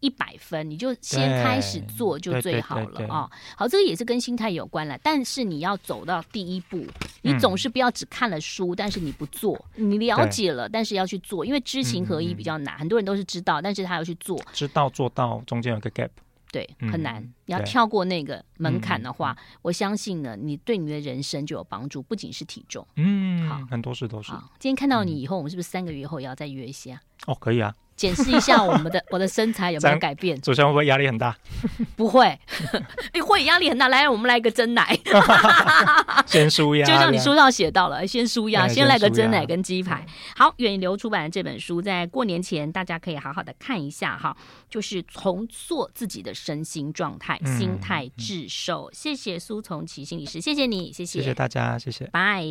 [SPEAKER 1] 一百分，你就先开始做就最好
[SPEAKER 2] 对
[SPEAKER 1] 了
[SPEAKER 2] 对对对
[SPEAKER 1] 啊、好，这个也是跟心态有关了，但是你要走到第一步，你总是不要只看了书，但是你不做，你了解了，但是要去做，因为知行合一比较
[SPEAKER 2] 嗯
[SPEAKER 1] 难，很多人都是知道，但是他要去做，
[SPEAKER 2] 知道做到中间有个 gap，
[SPEAKER 1] 对，
[SPEAKER 2] 嗯
[SPEAKER 1] 很难。你要
[SPEAKER 2] 对嗯
[SPEAKER 1] 跳过那个门槛的话，我相信呢，你对你的人生就有帮助，不仅是体重。
[SPEAKER 2] 嗯，
[SPEAKER 1] 好
[SPEAKER 2] 很多事都是嗯
[SPEAKER 1] 好，今天看到你以后，我们是不是三个月后也要再约一下？
[SPEAKER 2] 哦，可以啊。
[SPEAKER 1] 检视一下我们的我的身材有没有改变？
[SPEAKER 2] 走向会不会压力很大？
[SPEAKER 1] 不
[SPEAKER 2] *laughs*
[SPEAKER 1] 会，哎，会压力很大。来，我们来个真奶，
[SPEAKER 2] 先输压，
[SPEAKER 1] 啊
[SPEAKER 2] 啊
[SPEAKER 1] 就像你书上写到了，先舒压，
[SPEAKER 2] 哎
[SPEAKER 1] 先来个
[SPEAKER 2] 先舒压
[SPEAKER 1] 真奶跟鸡排。好，远流出版的这本书，在过年前大家可以好好的看一下哈，就是重塑自己的身心状态、
[SPEAKER 2] 嗯
[SPEAKER 1] 心态致瘦。谢谢苏从奇心理师，谢谢你，谢
[SPEAKER 2] 谢谢大家，谢谢。
[SPEAKER 1] 拜。